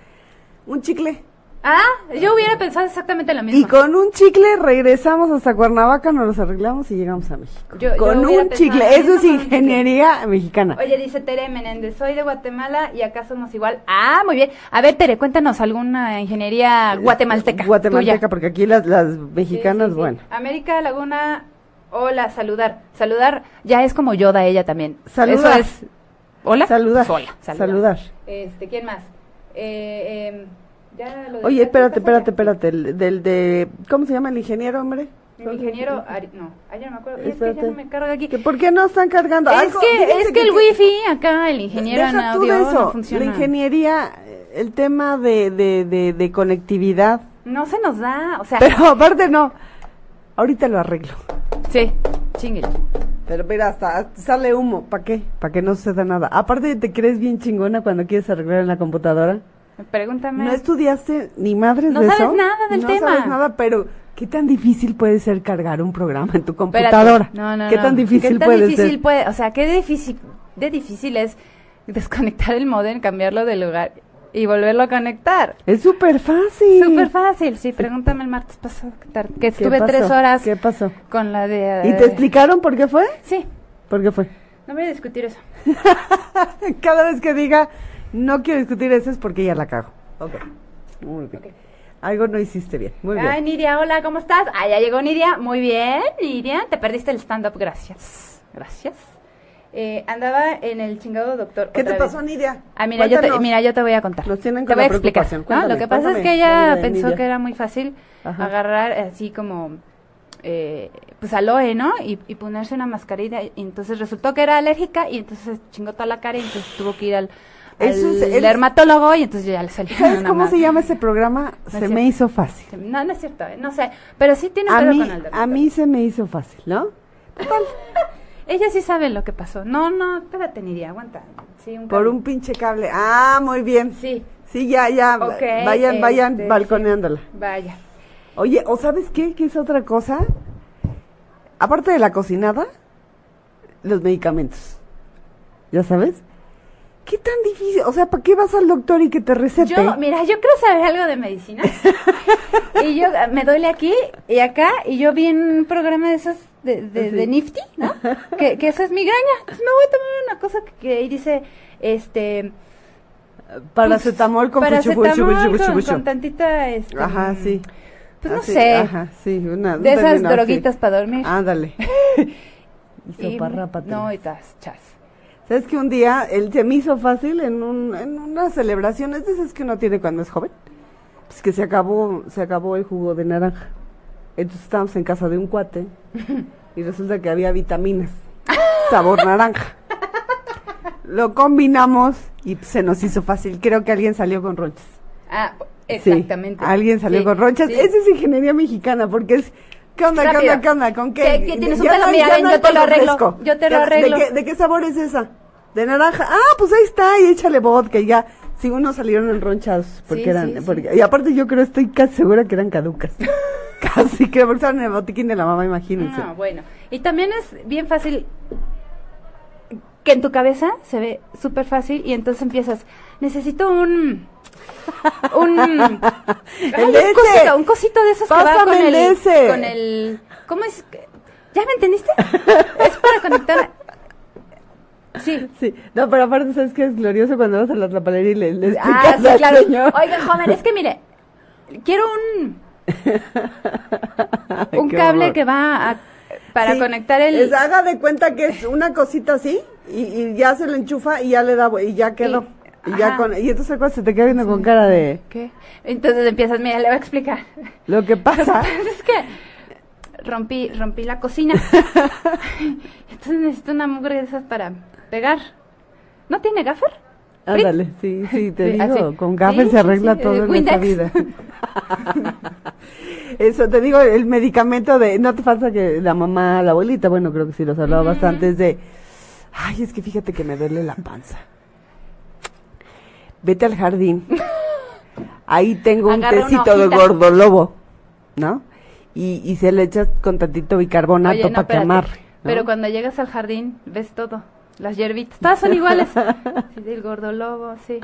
[SPEAKER 3] Un chicle.
[SPEAKER 2] Ah, yo hubiera pensado exactamente lo mismo.
[SPEAKER 3] Y con un chicle regresamos hasta Cuernavaca, nos los arreglamos y llegamos a México.
[SPEAKER 2] Yo- yo
[SPEAKER 3] con
[SPEAKER 2] hubiera
[SPEAKER 3] un
[SPEAKER 2] pensado
[SPEAKER 3] chicle,
[SPEAKER 2] lo
[SPEAKER 3] eso
[SPEAKER 2] mismo
[SPEAKER 3] es
[SPEAKER 2] con un chicle.
[SPEAKER 3] ingeniería mexicana.
[SPEAKER 2] Oye, dice Tere Menéndez, soy de Guatemala y acá somos igual. Ah, muy bien. A ver, Tere, cuéntanos alguna ingeniería guatemalteca.
[SPEAKER 3] Este, Guatemalteca,
[SPEAKER 2] tuya.
[SPEAKER 3] porque aquí las, las
[SPEAKER 2] Sí,
[SPEAKER 3] mexicanas,
[SPEAKER 2] sí, sí.
[SPEAKER 3] bueno.
[SPEAKER 2] América Laguna, hola, saludar. Saludar ya es como Yoda ella también.
[SPEAKER 3] Saludar.
[SPEAKER 2] Eso es. Hola.
[SPEAKER 3] Saludar.
[SPEAKER 2] Hola.
[SPEAKER 3] Saludar.
[SPEAKER 2] Este, ¿quién más? Eh, em, ya lo de-
[SPEAKER 3] Oye, espérate,
[SPEAKER 2] ¿Qué pasa
[SPEAKER 3] espérate,
[SPEAKER 2] ya?
[SPEAKER 3] espérate. el- del de, ¿Cómo se llama el ingeniero, hombre?
[SPEAKER 2] El ingeniero, Ari- no, ayer no me acuerdo. Es que
[SPEAKER 3] Espérate.
[SPEAKER 2] ya no me carga aquí.
[SPEAKER 3] ¿Que ¿Por qué no están cargando?
[SPEAKER 2] Es
[SPEAKER 3] Algo-
[SPEAKER 2] que,
[SPEAKER 3] fíjense
[SPEAKER 2] es que el wifi acá, el ingeniero en
[SPEAKER 3] Deja tú
[SPEAKER 2] audio
[SPEAKER 3] de eso.
[SPEAKER 2] no funciona.
[SPEAKER 3] La ingeniería, el tema de, de, de, de conectividad.
[SPEAKER 2] No se nos da, o sea,
[SPEAKER 3] Pero aparte no. Ahorita lo arreglo.
[SPEAKER 2] sí, chingue.
[SPEAKER 3] Pero mira, hasta, hasta sale humo. ¿Para qué? Para que no suceda nada. Aparte, ¿te crees bien chingona cuando quieres arreglar en la computadora?
[SPEAKER 2] Pregúntame.
[SPEAKER 3] No estudiaste ni madres
[SPEAKER 2] No
[SPEAKER 3] de
[SPEAKER 2] sabes
[SPEAKER 3] eso.
[SPEAKER 2] nada del
[SPEAKER 3] no
[SPEAKER 2] tema.
[SPEAKER 3] sabes nada, pero ¿qué tan difícil puede ser cargar un programa en tu
[SPEAKER 2] Espérate.
[SPEAKER 3] computadora?
[SPEAKER 2] No, no,
[SPEAKER 3] ¿Qué
[SPEAKER 2] no.
[SPEAKER 3] tan difícil
[SPEAKER 2] ¿Qué tan
[SPEAKER 3] puede
[SPEAKER 2] difícil
[SPEAKER 3] ser?
[SPEAKER 2] puede- o sea, qué difícil, de difícil es desconectar el modem, cambiarlo de lugar. y volverlo a conectar.
[SPEAKER 3] Es súper fácil.
[SPEAKER 2] Súper fácil, sí, pregúntame el martes pasado que, tar- que
[SPEAKER 3] ¿Qué
[SPEAKER 2] estuve
[SPEAKER 3] pasó?
[SPEAKER 2] tres horas Eh.
[SPEAKER 3] ¿Qué pasó?
[SPEAKER 2] con la de...
[SPEAKER 3] ¿Y te explicaron por qué fue?
[SPEAKER 2] Sí,
[SPEAKER 3] ¿Por qué fue?
[SPEAKER 2] no voy a discutir eso.
[SPEAKER 3] Cada vez que diga, no quiero discutir eso es porque ya la cago. Ok. Muy bien. Algo no hiciste bien. Muy bien.
[SPEAKER 2] Ay, Nidia, hola, ¿cómo estás? Ah, ya llegó Nidia. Muy bien, Nidia. Te perdiste el stand-up, gracias. Gracias. Eh, andaba en el chingado doctor.
[SPEAKER 3] ¿Qué
[SPEAKER 2] otra
[SPEAKER 3] te
[SPEAKER 2] vez.
[SPEAKER 3] pasó, Nidia?
[SPEAKER 2] Ah, mira yo, te,
[SPEAKER 3] Cuéntanos.
[SPEAKER 2] mira, yo te voy a contar.
[SPEAKER 3] Nos tienen
[SPEAKER 2] te
[SPEAKER 3] con
[SPEAKER 2] voy a
[SPEAKER 3] la
[SPEAKER 2] explicar.
[SPEAKER 3] preocupación.
[SPEAKER 2] ¿no?
[SPEAKER 3] Cuéntame,
[SPEAKER 2] Lo que pasa es
[SPEAKER 3] cuéntame,
[SPEAKER 2] que ella
[SPEAKER 3] Nidia,
[SPEAKER 2] pensó
[SPEAKER 3] Nidia.
[SPEAKER 2] que era muy fácil
[SPEAKER 3] Ajá.
[SPEAKER 2] agarrar así como, eh, pues aloe, ¿no? Y, y ponerse una mascarilla. Y entonces resultó que era alérgica y entonces chingó toda la cara y entonces tuvo que ir al,
[SPEAKER 3] Eso
[SPEAKER 2] al
[SPEAKER 3] es- eres-
[SPEAKER 2] dermatólogo y entonces yo ya le salí.
[SPEAKER 3] ¿Sabes
[SPEAKER 2] una
[SPEAKER 3] cómo
[SPEAKER 2] ma-
[SPEAKER 3] se llama ese programa?
[SPEAKER 2] es
[SPEAKER 3] se
[SPEAKER 2] cierto.
[SPEAKER 3] me hizo fácil.
[SPEAKER 2] No, no es cierto, ¿eh? no sé. Pero sí tiene que
[SPEAKER 3] A
[SPEAKER 2] ver
[SPEAKER 3] mí,
[SPEAKER 2] con el doctor.
[SPEAKER 3] a mí se me hizo fácil, ¿no?
[SPEAKER 2] Ella sí sabe lo que pasó. No, no, espérate, Nidia, aguanta. Sí, un
[SPEAKER 3] Por
[SPEAKER 2] cable.
[SPEAKER 3] un pinche cable. Ah, muy bien.
[SPEAKER 2] Sí.
[SPEAKER 3] Sí, ya, ya.
[SPEAKER 2] Ok,
[SPEAKER 3] vayan, vayan
[SPEAKER 2] este,
[SPEAKER 3] balconeándola.
[SPEAKER 2] Vaya.
[SPEAKER 3] Oye, ¿o sabes qué? ¿Qué es otra cosa? Aparte de la cocinada, los medicamentos. ¿Ya sabes? ¿Qué tan difícil? O sea, ¿para qué vas al doctor y que te recete?
[SPEAKER 2] Yo, mira, yo quiero saber algo de medicina. y yo ah, me duele aquí y acá, y yo vi en un programa de esos de, de, de
[SPEAKER 3] Sí.
[SPEAKER 2] Nifty, ¿no? que, que eso es migraña. Entonces me voy a tomar una cosa que, que ahí dice, este... pues,
[SPEAKER 3] paracetamol con fuchu, fuchu,
[SPEAKER 2] paracetamol
[SPEAKER 3] fuchu, fuchu,
[SPEAKER 2] con-
[SPEAKER 3] fuchu.
[SPEAKER 2] con tantita, este...
[SPEAKER 3] Ajá,
[SPEAKER 2] mm,
[SPEAKER 3] sí.
[SPEAKER 2] Pues no
[SPEAKER 3] Así,
[SPEAKER 2] sé,
[SPEAKER 3] Ajá, sí, una, un
[SPEAKER 2] de esas
[SPEAKER 3] término así.
[SPEAKER 2] droguitas para dormir.
[SPEAKER 3] Ándale.
[SPEAKER 2] Y-
[SPEAKER 3] y soparrátela.
[SPEAKER 2] No, y tas, chas.
[SPEAKER 3] ¿Sabes que un día él se me hizo fácil en, un, en una celebración? Es de esas que uno tiene cuando es joven. Pues que se acabó, se acabó el jugo de naranja. Entonces estábamos en casa de un cuate y resulta que había vitaminas, sabor naranja. Lo combinamos y se nos hizo fácil. Creo que alguien salió con ronchas.
[SPEAKER 2] Ah,
[SPEAKER 3] Sí,
[SPEAKER 2] exactamente.
[SPEAKER 3] alguien salió
[SPEAKER 2] Sí,
[SPEAKER 3] con ronchas.
[SPEAKER 2] sí.
[SPEAKER 3] Esa es ingeniería mexicana porque es... ¿Qué onda, qué
[SPEAKER 2] Rápido.
[SPEAKER 3] onda, qué onda? ¿Con qué?
[SPEAKER 2] ¿Qué- qué tienes? Un
[SPEAKER 3] Ya
[SPEAKER 2] pelo,
[SPEAKER 3] no hay-
[SPEAKER 2] mira,
[SPEAKER 3] ya
[SPEAKER 2] ven,
[SPEAKER 3] no
[SPEAKER 2] yo te
[SPEAKER 3] hay
[SPEAKER 2] lo
[SPEAKER 3] pelo
[SPEAKER 2] arreglo,
[SPEAKER 3] fresco.
[SPEAKER 2] yo te lo
[SPEAKER 3] Ya- ¿de
[SPEAKER 2] arreglo.
[SPEAKER 3] qué- ¿De qué sabor es esa? De naranja. Ah, pues ahí está, y échale vodka y ya. Si unos salieron enronchados porque
[SPEAKER 2] Sí,
[SPEAKER 3] eran,
[SPEAKER 2] sí, sí.
[SPEAKER 3] porque y aparte yo creo, estoy casi segura que eran caducas. casi que porque estaban en el botiquín de la mamá, imagínense.
[SPEAKER 2] No, Ah, bueno. Y también es bien fácil que en tu cabeza se ve súper fácil y entonces empiezas, necesito un... Un, Ay,
[SPEAKER 3] de
[SPEAKER 2] un
[SPEAKER 3] ese.
[SPEAKER 2] cosito, un cosito de esos que va con
[SPEAKER 3] Pásame
[SPEAKER 2] el,
[SPEAKER 3] el de ese.
[SPEAKER 2] con el... ¿Cómo es? que- ¿Ya me entendiste? es para conectar... Sí.
[SPEAKER 3] Sí, no, pero aparte sabes que es glorioso cuando vas a la palería y le, le
[SPEAKER 2] Ah,
[SPEAKER 3] explicas
[SPEAKER 2] sí,
[SPEAKER 3] al
[SPEAKER 2] claro.
[SPEAKER 3] señor.
[SPEAKER 2] Oiga, joven, es que mire, quiero un,
[SPEAKER 3] Ay,
[SPEAKER 2] un
[SPEAKER 3] qué
[SPEAKER 2] cable
[SPEAKER 3] horror.
[SPEAKER 2] que va a- para
[SPEAKER 3] Sí,
[SPEAKER 2] conectar el...
[SPEAKER 3] es- haga de cuenta que es una cosita así y, y ya se le enchufa y ya le da vu- y ya quedó.
[SPEAKER 2] Y-
[SPEAKER 3] Y, ya
[SPEAKER 2] ajá.
[SPEAKER 3] con, y entonces el cuate se te queda viendo con cara de
[SPEAKER 2] ¿Qué? Entonces empiezas, mira, le voy a explicar.
[SPEAKER 3] lo
[SPEAKER 2] Lo
[SPEAKER 3] que
[SPEAKER 2] que
[SPEAKER 3] pasa.
[SPEAKER 2] pasa es que rompí, rompí la cocina. Entonces necesito una mugre de esas para pegar. ¿No tiene gaffer? Prit.
[SPEAKER 3] Ándale, sí, sí, te
[SPEAKER 2] Sí,
[SPEAKER 3] digo,
[SPEAKER 2] así.
[SPEAKER 3] con gafas
[SPEAKER 2] Sí,
[SPEAKER 3] se arregla
[SPEAKER 2] sí, sí,
[SPEAKER 3] todo
[SPEAKER 2] eh,
[SPEAKER 3] en esta vida.
[SPEAKER 2] Windex.
[SPEAKER 3] Eso, te digo, el medicamento de, no te falta que la mamá, la abuelita, bueno, creo que sí los hablaba bastante, es de, ay, es que fíjate que me duele la panza. Vete al jardín. Ahí tengo un
[SPEAKER 2] Agarra una
[SPEAKER 3] tecito de
[SPEAKER 2] hojita.
[SPEAKER 3] gordolobo, ¿no? Y, y se le echas con tantito bicarbonato
[SPEAKER 2] Oye, no,
[SPEAKER 3] para que
[SPEAKER 2] espérate.
[SPEAKER 3] amarre. ¿no?
[SPEAKER 2] Pero cuando llegas al jardín, ves todo. Las hierbitas, todas son iguales. Sí, del gordolobo, sí.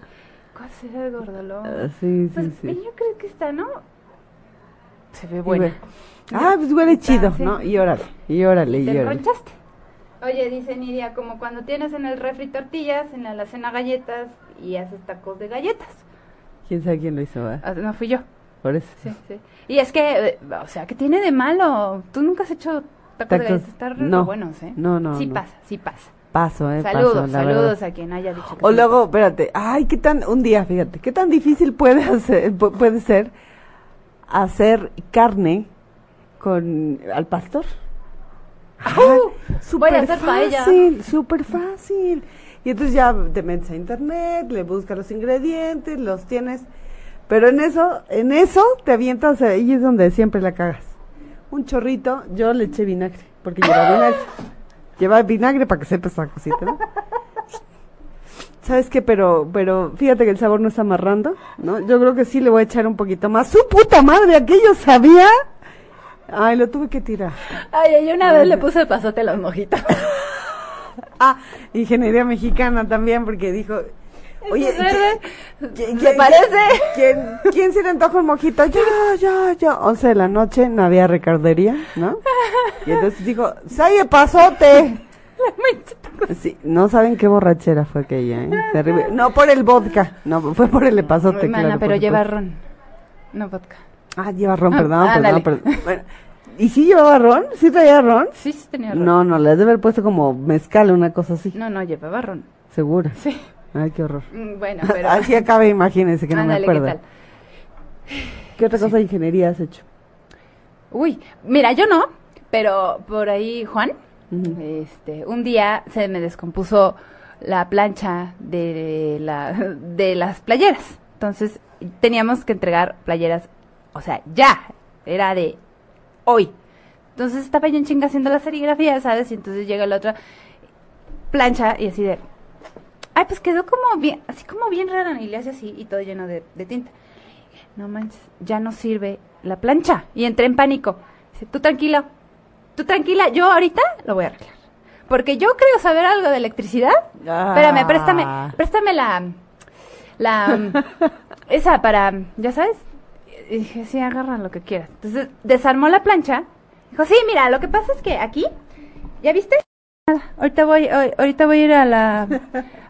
[SPEAKER 2] ¿Cuál será el gordolobo?
[SPEAKER 3] Ah, Sí,
[SPEAKER 2] Pues,
[SPEAKER 3] sí, sí.
[SPEAKER 2] yo creo que esta, ¿no? Se ve
[SPEAKER 3] Y
[SPEAKER 2] buena.
[SPEAKER 3] ve, Ah, pues huele chido,
[SPEAKER 2] sí.
[SPEAKER 3] ¿no? Y órale, y órale, y
[SPEAKER 2] ¿Te
[SPEAKER 3] órale.
[SPEAKER 2] enronchaste? Oye, dice Nidia, como cuando tienes en el refri tortillas, en la alacena galletas y haces tacos de galletas.
[SPEAKER 3] ¿Quién sabe quién lo hizo? ¿verdad?
[SPEAKER 2] Ah, No fui yo.
[SPEAKER 3] Por eso.
[SPEAKER 2] Sí, sí. Y es que, eh, o sea, ¿qué tiene de malo? Tú nunca has hecho tacos, de
[SPEAKER 3] Tacos,
[SPEAKER 2] galletas. Están re
[SPEAKER 3] no.
[SPEAKER 2] buenos, ¿eh?
[SPEAKER 3] No, no,
[SPEAKER 2] Sí
[SPEAKER 3] no.
[SPEAKER 2] pasa, sí pasa.
[SPEAKER 3] Paso, eh,
[SPEAKER 2] saludos,
[SPEAKER 3] paso, la
[SPEAKER 2] saludos
[SPEAKER 3] verdad.
[SPEAKER 2] a quien haya dicho que
[SPEAKER 3] O
[SPEAKER 2] sí.
[SPEAKER 3] luego, espérate, ay, qué tan, un día, fíjate, qué tan difícil puede hacer, pu- puede ser hacer carne con, al pastor.
[SPEAKER 2] ¡Au! Voy a hacer paella.
[SPEAKER 3] ¡ah! fácil, súper fácil. Y entonces ya te metes a internet, le buscas los ingredientes, los tienes. Pero en eso, en eso te avientas ahí es donde siempre la cagas. Un chorrito, yo le eché vinagre, porque lleva vinagre. Lleva vinagre para que sepa esa cosita, ¿no? ¿Sabes qué? Pero, pero fíjate que el sabor no está amarrando, ¿no? Yo creo que sí le voy a echar un poquito más. ¡Su puta madre! ¿Aquello sabía? Ay, lo tuve que tirar.
[SPEAKER 2] Ay, ay, yo una vez le puse pasote a los mojitos.
[SPEAKER 3] Ah, ingeniería mexicana también, porque dijo,
[SPEAKER 2] Oye,
[SPEAKER 3] Oye,
[SPEAKER 2] verde.
[SPEAKER 3] ¿Qui-
[SPEAKER 2] ¿Te
[SPEAKER 3] quién-
[SPEAKER 2] parece?
[SPEAKER 3] ¿Quién, quién se le antoja un mojito? Yo, yo, yo. 11 de la noche, no había recardería, ¿no? Y entonces dijo, ¡Saye pasote! Sí, no saben qué borrachera fue aquella, ¿eh? Terrible. No por el vodka, no, fue por el epazote,
[SPEAKER 2] Mana,
[SPEAKER 3] claro.
[SPEAKER 2] pero
[SPEAKER 3] por
[SPEAKER 2] lleva
[SPEAKER 3] supuesto.
[SPEAKER 2] ron. No vodka.
[SPEAKER 3] Ah, lleva ron,
[SPEAKER 2] Ah,
[SPEAKER 3] perdón,
[SPEAKER 2] ah,
[SPEAKER 3] perdón,
[SPEAKER 2] dale.
[SPEAKER 3] perdón. Bueno, ¿y sí llevaba ron? ¿Sí traía ron?
[SPEAKER 2] Sí, sí tenía ron.
[SPEAKER 3] No, no, le has de haber puesto como mezcal, una cosa así,
[SPEAKER 2] No, no, llevaba ron.
[SPEAKER 3] segura.
[SPEAKER 2] Sí.
[SPEAKER 3] Ay, qué horror.
[SPEAKER 2] Mm, Bueno, pero.
[SPEAKER 3] Así acaba, imagínense Ah, que no
[SPEAKER 2] Ándale,
[SPEAKER 3] me
[SPEAKER 2] ¿qué
[SPEAKER 3] acuerdo.
[SPEAKER 2] tal?
[SPEAKER 3] ¿Qué otra cosa de ingeniería has hecho?
[SPEAKER 2] Uy, mira, yo no, pero por ahí Juan, este, un día se me descompuso la plancha de la de las playeras. Entonces, teníamos que entregar playeras, o sea, ya, era de hoy. Entonces estaba yo en chinga haciendo la serigrafía, ¿sabes? Y entonces llega la otra plancha y así de, ay, pues quedó como bien, así como bien raro, y le hace así y todo lleno de, de tinta. No manches, ya no sirve la plancha. Y entré en pánico. Dice, tú tranquilo, tú tranquila, yo ahorita lo voy a arreglar. Porque yo creo saber algo de electricidad.
[SPEAKER 3] Ah.
[SPEAKER 2] Espérame, préstame, préstame la, la, esa para, ya sabes. Y dije, sí, agarra lo que quieras. Entonces desarmó la plancha. Dijo, sí, mira, lo que pasa es que aquí, ¿ya viste? Ahorita voy, ahor- ahorita voy a ir a la,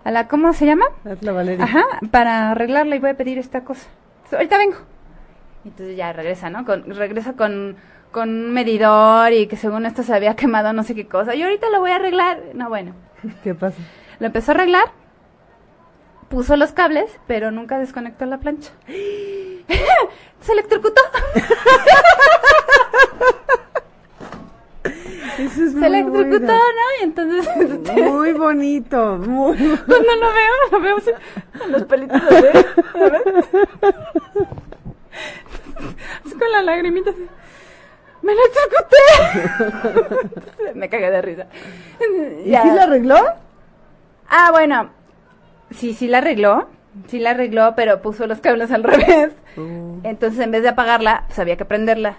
[SPEAKER 2] a la, ¿cómo se llama?
[SPEAKER 3] Hazla, Valeria.
[SPEAKER 2] Ajá, para arreglarla y voy a pedir esta cosa. Entonces, ahorita vengo. Entonces ya regresa, ¿no? Con, regresa con, con un medidor y que según esto se había quemado no sé qué cosa. Y ahorita lo voy a arreglar. No, bueno.
[SPEAKER 3] ¿Qué pasa?
[SPEAKER 2] Lo empezó a arreglar, puso los cables, pero nunca desconectó la plancha. se electrocutó.
[SPEAKER 3] Eso es
[SPEAKER 2] Se electrocutó, ¿no? Y entonces, este,
[SPEAKER 3] Muy bonito, muy
[SPEAKER 2] cuando lo veo, lo veo así, con los pelitos de bebé, ¿sabes? Así con la lagrimita. así, ¡Me electrocuté! Me cagué de risa.
[SPEAKER 3] ¿Y
[SPEAKER 2] Ya.
[SPEAKER 3] sí la arregló?
[SPEAKER 2] Ah, bueno. Sí, sí la arregló. Sí la arregló, pero puso los cables al revés. Este, Entonces, en vez de apagarla, pues había que prenderla.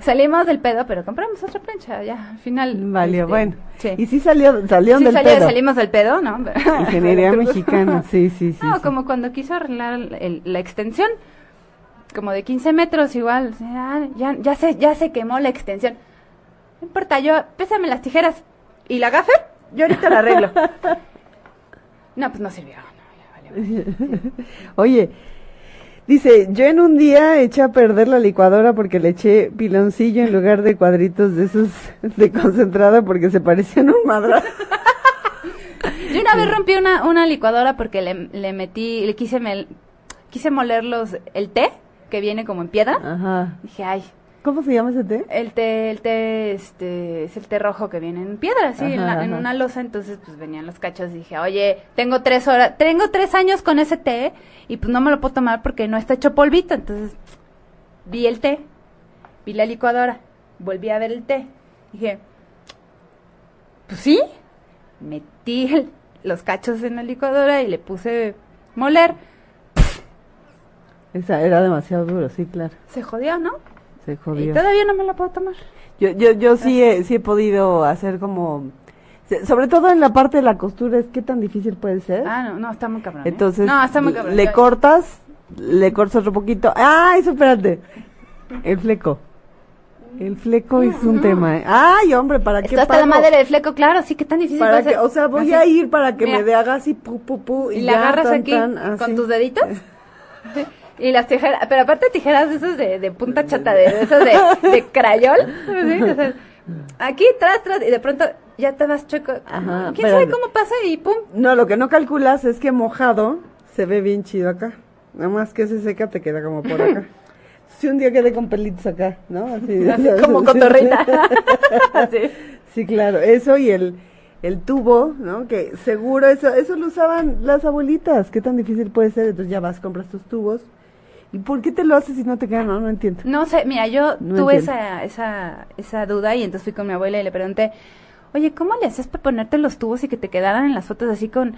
[SPEAKER 2] Salimos del pedo, pero compramos otra plancha ya, al final.
[SPEAKER 3] Valió,
[SPEAKER 2] este,
[SPEAKER 3] bueno.
[SPEAKER 2] Sí.
[SPEAKER 3] Y sí salió, salieron
[SPEAKER 2] Sí
[SPEAKER 3] del
[SPEAKER 2] salió-
[SPEAKER 3] pedo.
[SPEAKER 2] salimos del pedo, ¿no?
[SPEAKER 3] Ingeniería mexicana, sí, sí, sí.
[SPEAKER 2] No,
[SPEAKER 3] sí.
[SPEAKER 2] como cuando quiso arreglar el- la extensión, como de 15 metros igual, o sea, ah, ya, ya, se, ya se quemó la extensión. No importa, yo, pésame las tijeras y la gaffer, yo ahorita la arreglo. no, pues no sirvió. no, ya valió.
[SPEAKER 3] Oye, dice, yo en un día eché a perder la licuadora porque le eché piloncillo en lugar de cuadritos de esos de concentrado porque se parecían a un madrazo.
[SPEAKER 2] Yo una vez rompí una, una licuadora porque le, le metí, le quise, mel- quise moler los, el té que viene como en
[SPEAKER 3] Ah.
[SPEAKER 2] piedra.
[SPEAKER 3] Ajá.
[SPEAKER 2] Dije, ay,
[SPEAKER 3] ¿Cómo se llama ese té?
[SPEAKER 2] El té, el té, este, es el té rojo que viene en piedra, sí, en, la-
[SPEAKER 3] Ajá,
[SPEAKER 2] en
[SPEAKER 3] ajá.
[SPEAKER 2] una losa, entonces pues venían los cachos y dije, oye, tengo tres horas, tengo tres años con ese té y pues no me lo puedo tomar porque no está hecho polvito, entonces vi el té, vi la licuadora, volví a ver el té, dije, pues sí, metí el- los cachos en la licuadora y le puse moler,
[SPEAKER 3] Esa era demasiado duro, sí, claro.
[SPEAKER 2] se jodió, ¿no?
[SPEAKER 3] Se
[SPEAKER 2] Y
[SPEAKER 3] jodió.
[SPEAKER 2] todavía no me lo puedo tomar.
[SPEAKER 3] Yo, yo, yo sí, he, sí he podido hacer como... se- Sobre todo en la parte de la costura, es qué tan difícil puede ser.
[SPEAKER 2] Ah, no, no, está muy cabrón. ¿eh?
[SPEAKER 3] Entonces,
[SPEAKER 2] no, está muy cabrón.
[SPEAKER 3] le
[SPEAKER 2] Yo-
[SPEAKER 3] cortas, le cortas otro poquito. ¡Ay, espérate! El fleco. El fleco es un tema. ¿eh? ¡Ay, hombre, para qué
[SPEAKER 2] Está hasta la
[SPEAKER 3] pago?
[SPEAKER 2] madre del fleco, claro, sí, que tan difícil va
[SPEAKER 3] Para
[SPEAKER 2] a ser.
[SPEAKER 3] que, o sea, voy
[SPEAKER 2] Así.
[SPEAKER 3] a ir para que
[SPEAKER 2] Mira,
[SPEAKER 3] me dé haga así, pu, pu, pu.
[SPEAKER 2] Y la
[SPEAKER 3] ya,
[SPEAKER 2] agarras
[SPEAKER 3] tan,
[SPEAKER 2] aquí
[SPEAKER 3] tan, así.
[SPEAKER 2] con tus deditos. Sí, Y las tijeras, pero aparte tijeras de esas de, de punta chata, de, de esas de, de crayol. ¿sí? O sea, aquí, tras, tras, y de pronto ya te vas choco.
[SPEAKER 3] Ajá,
[SPEAKER 2] ¿Quién
[SPEAKER 3] espérame.
[SPEAKER 2] sabe cómo pasa? Y pum.
[SPEAKER 3] No, lo que no calculas es que mojado se ve bien chido acá. Nada más que se seca te queda como por acá. Si un día quedé con pelitos acá, ¿no? Así,
[SPEAKER 2] Así como cotorrita. Así.
[SPEAKER 3] Sí, claro, eso y el, el tubo, ¿no? Que seguro eso, eso lo usaban las abuelitas, qué tan difícil puede ser, entonces ya vas, compras tus tubos. ¿Y por qué te lo haces si no te quedan? No, no entiendo.
[SPEAKER 2] No sé, mira, yo
[SPEAKER 3] No
[SPEAKER 2] tuve
[SPEAKER 3] entiendo.
[SPEAKER 2] esa, esa, esa duda y entonces fui con mi abuela y le pregunté, oye, ¿cómo le haces para ponerte los tubos y que te quedaran en las fotos así con,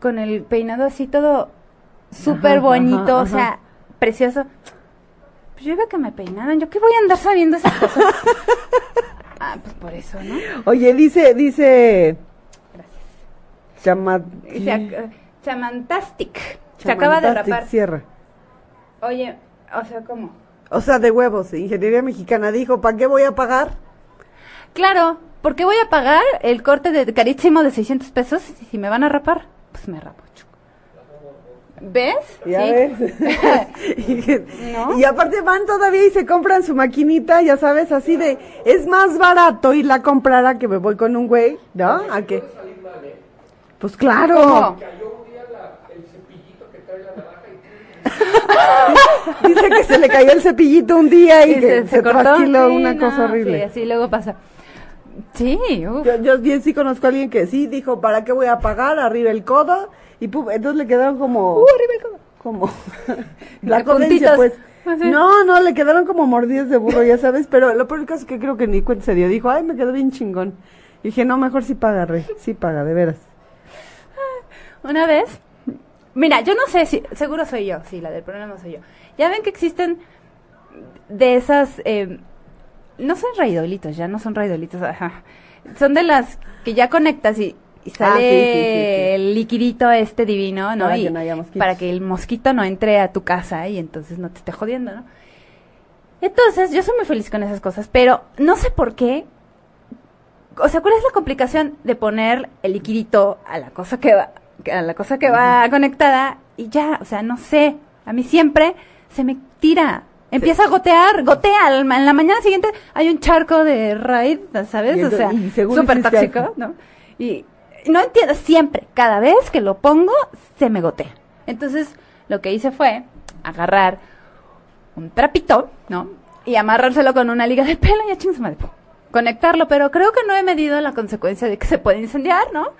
[SPEAKER 2] con el peinado así todo súper
[SPEAKER 3] Ajá,
[SPEAKER 2] bonito,
[SPEAKER 3] ajá,
[SPEAKER 2] o sea,
[SPEAKER 3] ajá.
[SPEAKER 2] precioso? Pues yo iba que me peinaban, ¿yo qué voy a andar sabiendo esas cosas? ah, pues por eso, ¿no?
[SPEAKER 3] Oye, dice, dice,
[SPEAKER 2] Gracias.
[SPEAKER 3] Chama-
[SPEAKER 2] Y se ac- eh, Chamantastic. Se acaba de
[SPEAKER 3] Chamantastic,
[SPEAKER 2] rapar.
[SPEAKER 3] Cierra.
[SPEAKER 2] Oye, o sea, ¿cómo?
[SPEAKER 3] O sea, de huevos, ingeniería mexicana dijo, ¿para qué voy a pagar?
[SPEAKER 2] Claro, ¿por qué voy a pagar el corte de carísimo de 600 pesos si- si me van a rapar? Pues me rapo, chuco. ¿Ves?
[SPEAKER 3] Ya
[SPEAKER 2] Sí.
[SPEAKER 3] ves. y,
[SPEAKER 2] ¿No?
[SPEAKER 3] y aparte van todavía y se compran su maquinita, ya sabes, así de, es más barato ir la comprar a que me voy con un güey, ¿no? A que... Pues claro.
[SPEAKER 2] ¿Cómo?
[SPEAKER 3] Dice que se le cayó el cepillito un día y,
[SPEAKER 2] Sí,
[SPEAKER 3] que se, trasquiló
[SPEAKER 2] Sí,
[SPEAKER 3] una
[SPEAKER 2] no,
[SPEAKER 3] cosa horrible.
[SPEAKER 2] Sí, así luego pasa. Sí, uf.
[SPEAKER 3] Yo, yo bien sí conozco a alguien que sí dijo, ¿para qué voy a pagar? Arriba el codo. Y pum, entonces le quedaron como...
[SPEAKER 2] Uh, arriba el codo.
[SPEAKER 3] Como... la
[SPEAKER 2] De
[SPEAKER 3] cosa dice,
[SPEAKER 2] puntitos.
[SPEAKER 3] pues...
[SPEAKER 2] Así.
[SPEAKER 3] No, no, le quedaron como mordidas de burro, ya sabes. Pero lo peor del caso es que creo que ni cuenta se dio. Dijo, ay, me quedó bien chingón. Y dije, no, mejor sí paga, rey. Sí paga, de veras.
[SPEAKER 2] Una vez, mira, yo no sé si, seguro soy yo, sí, la del problema soy yo. Ya ven que existen de esas, eh, no son raidolitos, ya no son raidolitos, ajá. Son de las que ya conectas y, y sale
[SPEAKER 3] Ah, sí, sí, sí, sí.
[SPEAKER 2] el liquidito este divino, ¿no?
[SPEAKER 3] Para
[SPEAKER 2] Y
[SPEAKER 3] que no haya mosquitos.
[SPEAKER 2] para que el mosquito no entre a tu casa y entonces no te esté jodiendo, ¿no? Entonces, yo soy muy feliz con esas cosas, pero no sé por qué. O sea, ¿cuál es la complicación de poner el liquidito a la cosa que va, a la cosa que va conectada y ya? O sea, no sé. A mí siempre se me tira. Empieza a gotear, gotea. al ma- En la mañana siguiente hay un charco de raid, ¿sabes?
[SPEAKER 3] Y
[SPEAKER 2] o
[SPEAKER 3] entonces-
[SPEAKER 2] sea,
[SPEAKER 3] y según
[SPEAKER 2] súper
[SPEAKER 3] hiciste
[SPEAKER 2] tóxico,
[SPEAKER 3] algo.
[SPEAKER 2] ¿no? Y no entiendo, siempre, cada vez que lo pongo, se me gotea. Entonces, lo que hice fue agarrar un trapito, ¿no? Y amarrárselo con una liga de pelo y a chingue su madre, ¡pum! Conectarlo, pero creo que no he medido la consecuencia de que se puede incendiar, ¿no?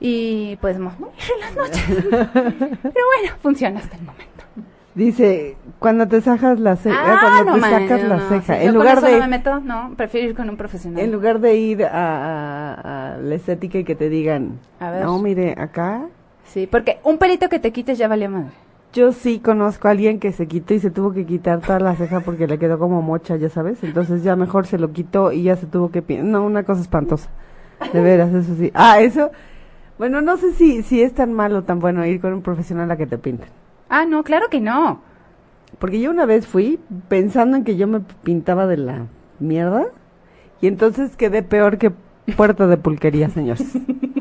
[SPEAKER 2] Y pues mo- morir en las noches. Pero bueno, funciona hasta el momento.
[SPEAKER 3] Dice, cuando te sacas la ceja, cuando te
[SPEAKER 2] man,
[SPEAKER 3] sacas la
[SPEAKER 2] Ah, no,
[SPEAKER 3] ceja,
[SPEAKER 2] sí,
[SPEAKER 3] en
[SPEAKER 2] yo con
[SPEAKER 3] lugar
[SPEAKER 2] eso
[SPEAKER 3] de...
[SPEAKER 2] no me meto, no, prefiero ir con un profesional.
[SPEAKER 3] En lugar de ir a, a- a la estética y que te digan,
[SPEAKER 2] A ver.
[SPEAKER 3] no, mire, acá
[SPEAKER 2] Sí, porque un pelito que te quites ya valió madre.
[SPEAKER 3] yo sí conozco a alguien que se quitó y se tuvo que quitar toda la ceja porque le quedó como mocha, ya sabes. Entonces ya mejor se lo quitó y ya se tuvo que... pi- No, una cosa espantosa. De veras, eso sí. Ah, eso... Bueno, no sé si, si es tan malo o tan bueno ir con un profesional a que te pinten.
[SPEAKER 2] Ah, no, claro que no.
[SPEAKER 3] Porque yo una vez fui pensando en que yo me pintaba de la mierda y entonces quedé peor que puerta de pulquería, señores.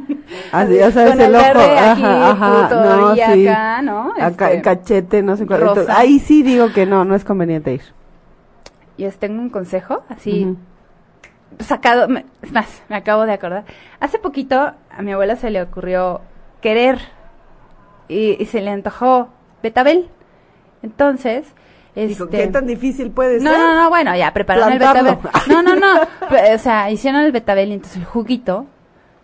[SPEAKER 3] Así, ya sabes,
[SPEAKER 2] Con el
[SPEAKER 3] el, ojo.
[SPEAKER 2] verde aquí,
[SPEAKER 3] ajá, ajá,
[SPEAKER 2] puto,
[SPEAKER 3] no,
[SPEAKER 2] y
[SPEAKER 3] sí.
[SPEAKER 2] acá, ¿no?
[SPEAKER 3] Acá,
[SPEAKER 2] Este,
[SPEAKER 3] el cachete, no sé cuál.
[SPEAKER 2] rosa.
[SPEAKER 3] Entonces, ahí sí digo que no, no es conveniente ir.
[SPEAKER 2] Y os tengo un consejo, así
[SPEAKER 3] Ujú.
[SPEAKER 2] sacado, me- es más, me acabo de acordar. Hace poquito a mi abuela se le ocurrió querer y, y se le antojó betabel. Entonces,
[SPEAKER 3] Digo,
[SPEAKER 2] este
[SPEAKER 3] ¿qué tan difícil puede
[SPEAKER 2] no,
[SPEAKER 3] ser?
[SPEAKER 2] no, no, bueno, ya prepararon
[SPEAKER 3] Plantarlo.
[SPEAKER 2] el betabel. No, no, no. pe- O sea, hicieron el betabel y entonces el juguito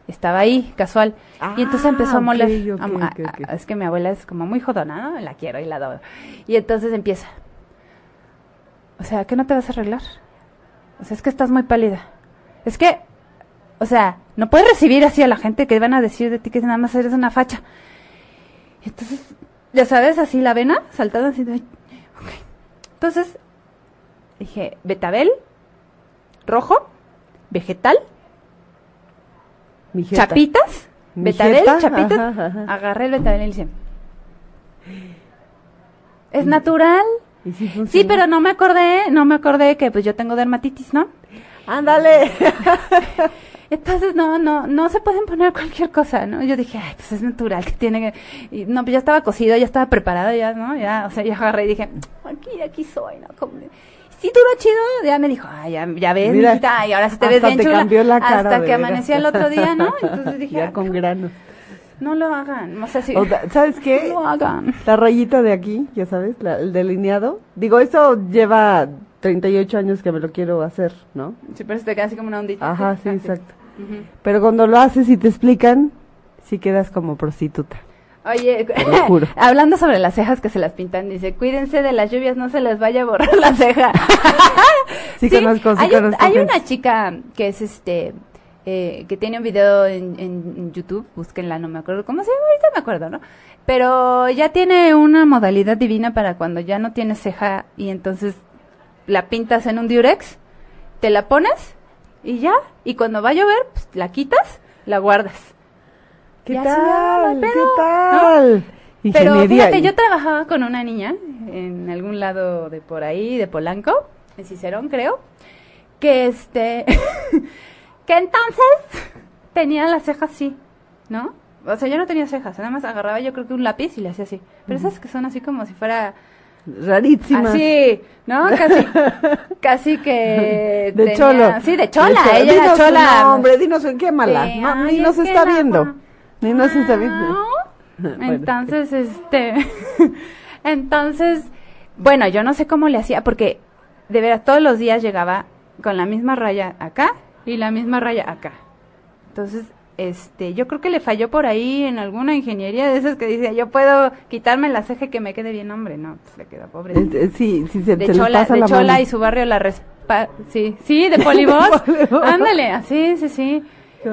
[SPEAKER 2] estaba ahí, casual. y entonces
[SPEAKER 3] Ah,
[SPEAKER 2] empezó a moler.
[SPEAKER 3] ok, ok,
[SPEAKER 2] a mo- a-
[SPEAKER 3] ok, ok.
[SPEAKER 2] a- Es que mi abuela es como muy jodona, ¿no? La quiero y la adoro. Y entonces empieza. O sea, ¿qué no te vas a arreglar? O sea, es que estás muy pálida. Es que, o sea, no puedes recibir así a la gente que van a decir de ti que nada más eres una facha. Y entonces, ya sabes, así la vena saltada así de... ok. Entonces, dije, betabel, rojo, vegetal,
[SPEAKER 3] Mi jeta.
[SPEAKER 2] chapitas,
[SPEAKER 3] Mi
[SPEAKER 2] betabel,
[SPEAKER 3] jeta,
[SPEAKER 2] chapitas.
[SPEAKER 3] ajá, ajá.
[SPEAKER 2] Agarré el betabel y le hice... Es natural.
[SPEAKER 3] Y Mm. sí
[SPEAKER 2] Sí,
[SPEAKER 3] funciona.
[SPEAKER 2] pero no me acordé, no me acordé que pues yo tengo dermatitis, ¿no?
[SPEAKER 3] Ándale.
[SPEAKER 2] Entonces, no, no, no se pueden poner cualquier cosa, ¿no? Yo dije, ay, pues es natural que tiene que... Y, no, pues ya estaba cocido, ya estaba preparado, ya, ¿no? Ya, o sea, ya agarré y dije, "Mm, aquí, aquí soy, ¿no? Como- Sí, duró chido, ya me dijo, ay, ya, ya ves,
[SPEAKER 3] Mira,
[SPEAKER 2] mijita, y ahora sí te ves
[SPEAKER 3] hasta
[SPEAKER 2] bien
[SPEAKER 3] te
[SPEAKER 2] chula.
[SPEAKER 3] cambió la cara,
[SPEAKER 2] hasta
[SPEAKER 3] de
[SPEAKER 2] que
[SPEAKER 3] veras.
[SPEAKER 2] amaneció el otro día, ¿no? Entonces dije,
[SPEAKER 3] ya
[SPEAKER 2] "Ah,
[SPEAKER 3] con granos.
[SPEAKER 2] no lo hagan, o sea, sí,
[SPEAKER 3] O sea, ¿Sabes qué?
[SPEAKER 2] no lo hagan.
[SPEAKER 3] La rayita de aquí, ya sabes, la- el delineado. Digo, eso lleva 38 años que me lo quiero hacer, ¿no?
[SPEAKER 2] Sí, pero se te queda así como una ondita.
[SPEAKER 3] Ajá, sí,
[SPEAKER 2] Ah,
[SPEAKER 3] exacto.
[SPEAKER 2] Ujú.
[SPEAKER 3] Pero cuando lo haces y te explican, sí quedas como prostituta.
[SPEAKER 2] Oye,
[SPEAKER 3] lo juro.
[SPEAKER 2] hablando sobre las cejas que se las pintan, dice, cuídense de las lluvias, no se les vaya a borrar la ceja.
[SPEAKER 3] Sí, conozco, sí
[SPEAKER 2] hay, un-
[SPEAKER 3] conozco
[SPEAKER 2] hay
[SPEAKER 3] gente.
[SPEAKER 2] una chica que es este, eh, que tiene un video en, en- en YouTube, búsquenla, no me acuerdo cómo se llama, ahorita me acuerdo, ¿no? Pero ya tiene una modalidad divina para cuando ya no tienes ceja y entonces la pintas en un diurex, te la pones y ya, y cuando va a llover, pues, la quitas, la guardas.
[SPEAKER 3] ¿Qué
[SPEAKER 2] Y así, ah,
[SPEAKER 3] tal?
[SPEAKER 2] no hay
[SPEAKER 3] ¿Qué
[SPEAKER 2] pedo,
[SPEAKER 3] tal?
[SPEAKER 2] Pero
[SPEAKER 3] Ingeniería.
[SPEAKER 2] fíjate, yo trabajaba con una niña en algún lado de por ahí, de Polanco, en Cicerón creo, que este, que entonces tenía las cejas así, ¿no? O sea, yo no tenía cejas, nada más agarraba yo creo que un lápiz y le hacía así. Pero esas que son así como si fuera
[SPEAKER 3] Rarísima.
[SPEAKER 2] así, ¿no? Casi, casi que
[SPEAKER 3] De
[SPEAKER 2] tenía-
[SPEAKER 3] cholo.
[SPEAKER 2] Sí, de chola,
[SPEAKER 3] De
[SPEAKER 2] ella
[SPEAKER 3] dinos
[SPEAKER 2] era
[SPEAKER 3] su
[SPEAKER 2] chola.
[SPEAKER 3] nombre, dinos en qué mala.
[SPEAKER 2] Sí,
[SPEAKER 3] No,
[SPEAKER 2] ay,
[SPEAKER 3] ni
[SPEAKER 2] es
[SPEAKER 3] nos
[SPEAKER 2] que
[SPEAKER 3] está
[SPEAKER 2] la-
[SPEAKER 3] viendo. Ni nos
[SPEAKER 2] Ah,
[SPEAKER 3] está viendo.
[SPEAKER 2] No.
[SPEAKER 3] Bueno.
[SPEAKER 2] Entonces, este, entonces, bueno, yo no sé cómo le hacía, porque de veras todos los días llegaba con la misma raya acá y la misma raya acá. Entonces, este, yo creo que le falló por ahí en alguna ingeniería de esas que dice, yo puedo quitarme la ceja y que me quede bien, hombre, no, pues le queda pobre.
[SPEAKER 3] Este, Sí, sí, se,
[SPEAKER 2] De
[SPEAKER 3] se le
[SPEAKER 2] Chola,
[SPEAKER 3] pasa
[SPEAKER 2] de
[SPEAKER 3] la
[SPEAKER 2] Chola
[SPEAKER 3] mano.
[SPEAKER 2] y su barrio la respa, sí, sí, de Polibos,
[SPEAKER 3] Polibos.
[SPEAKER 2] ándale, así, sí, sí. Sí.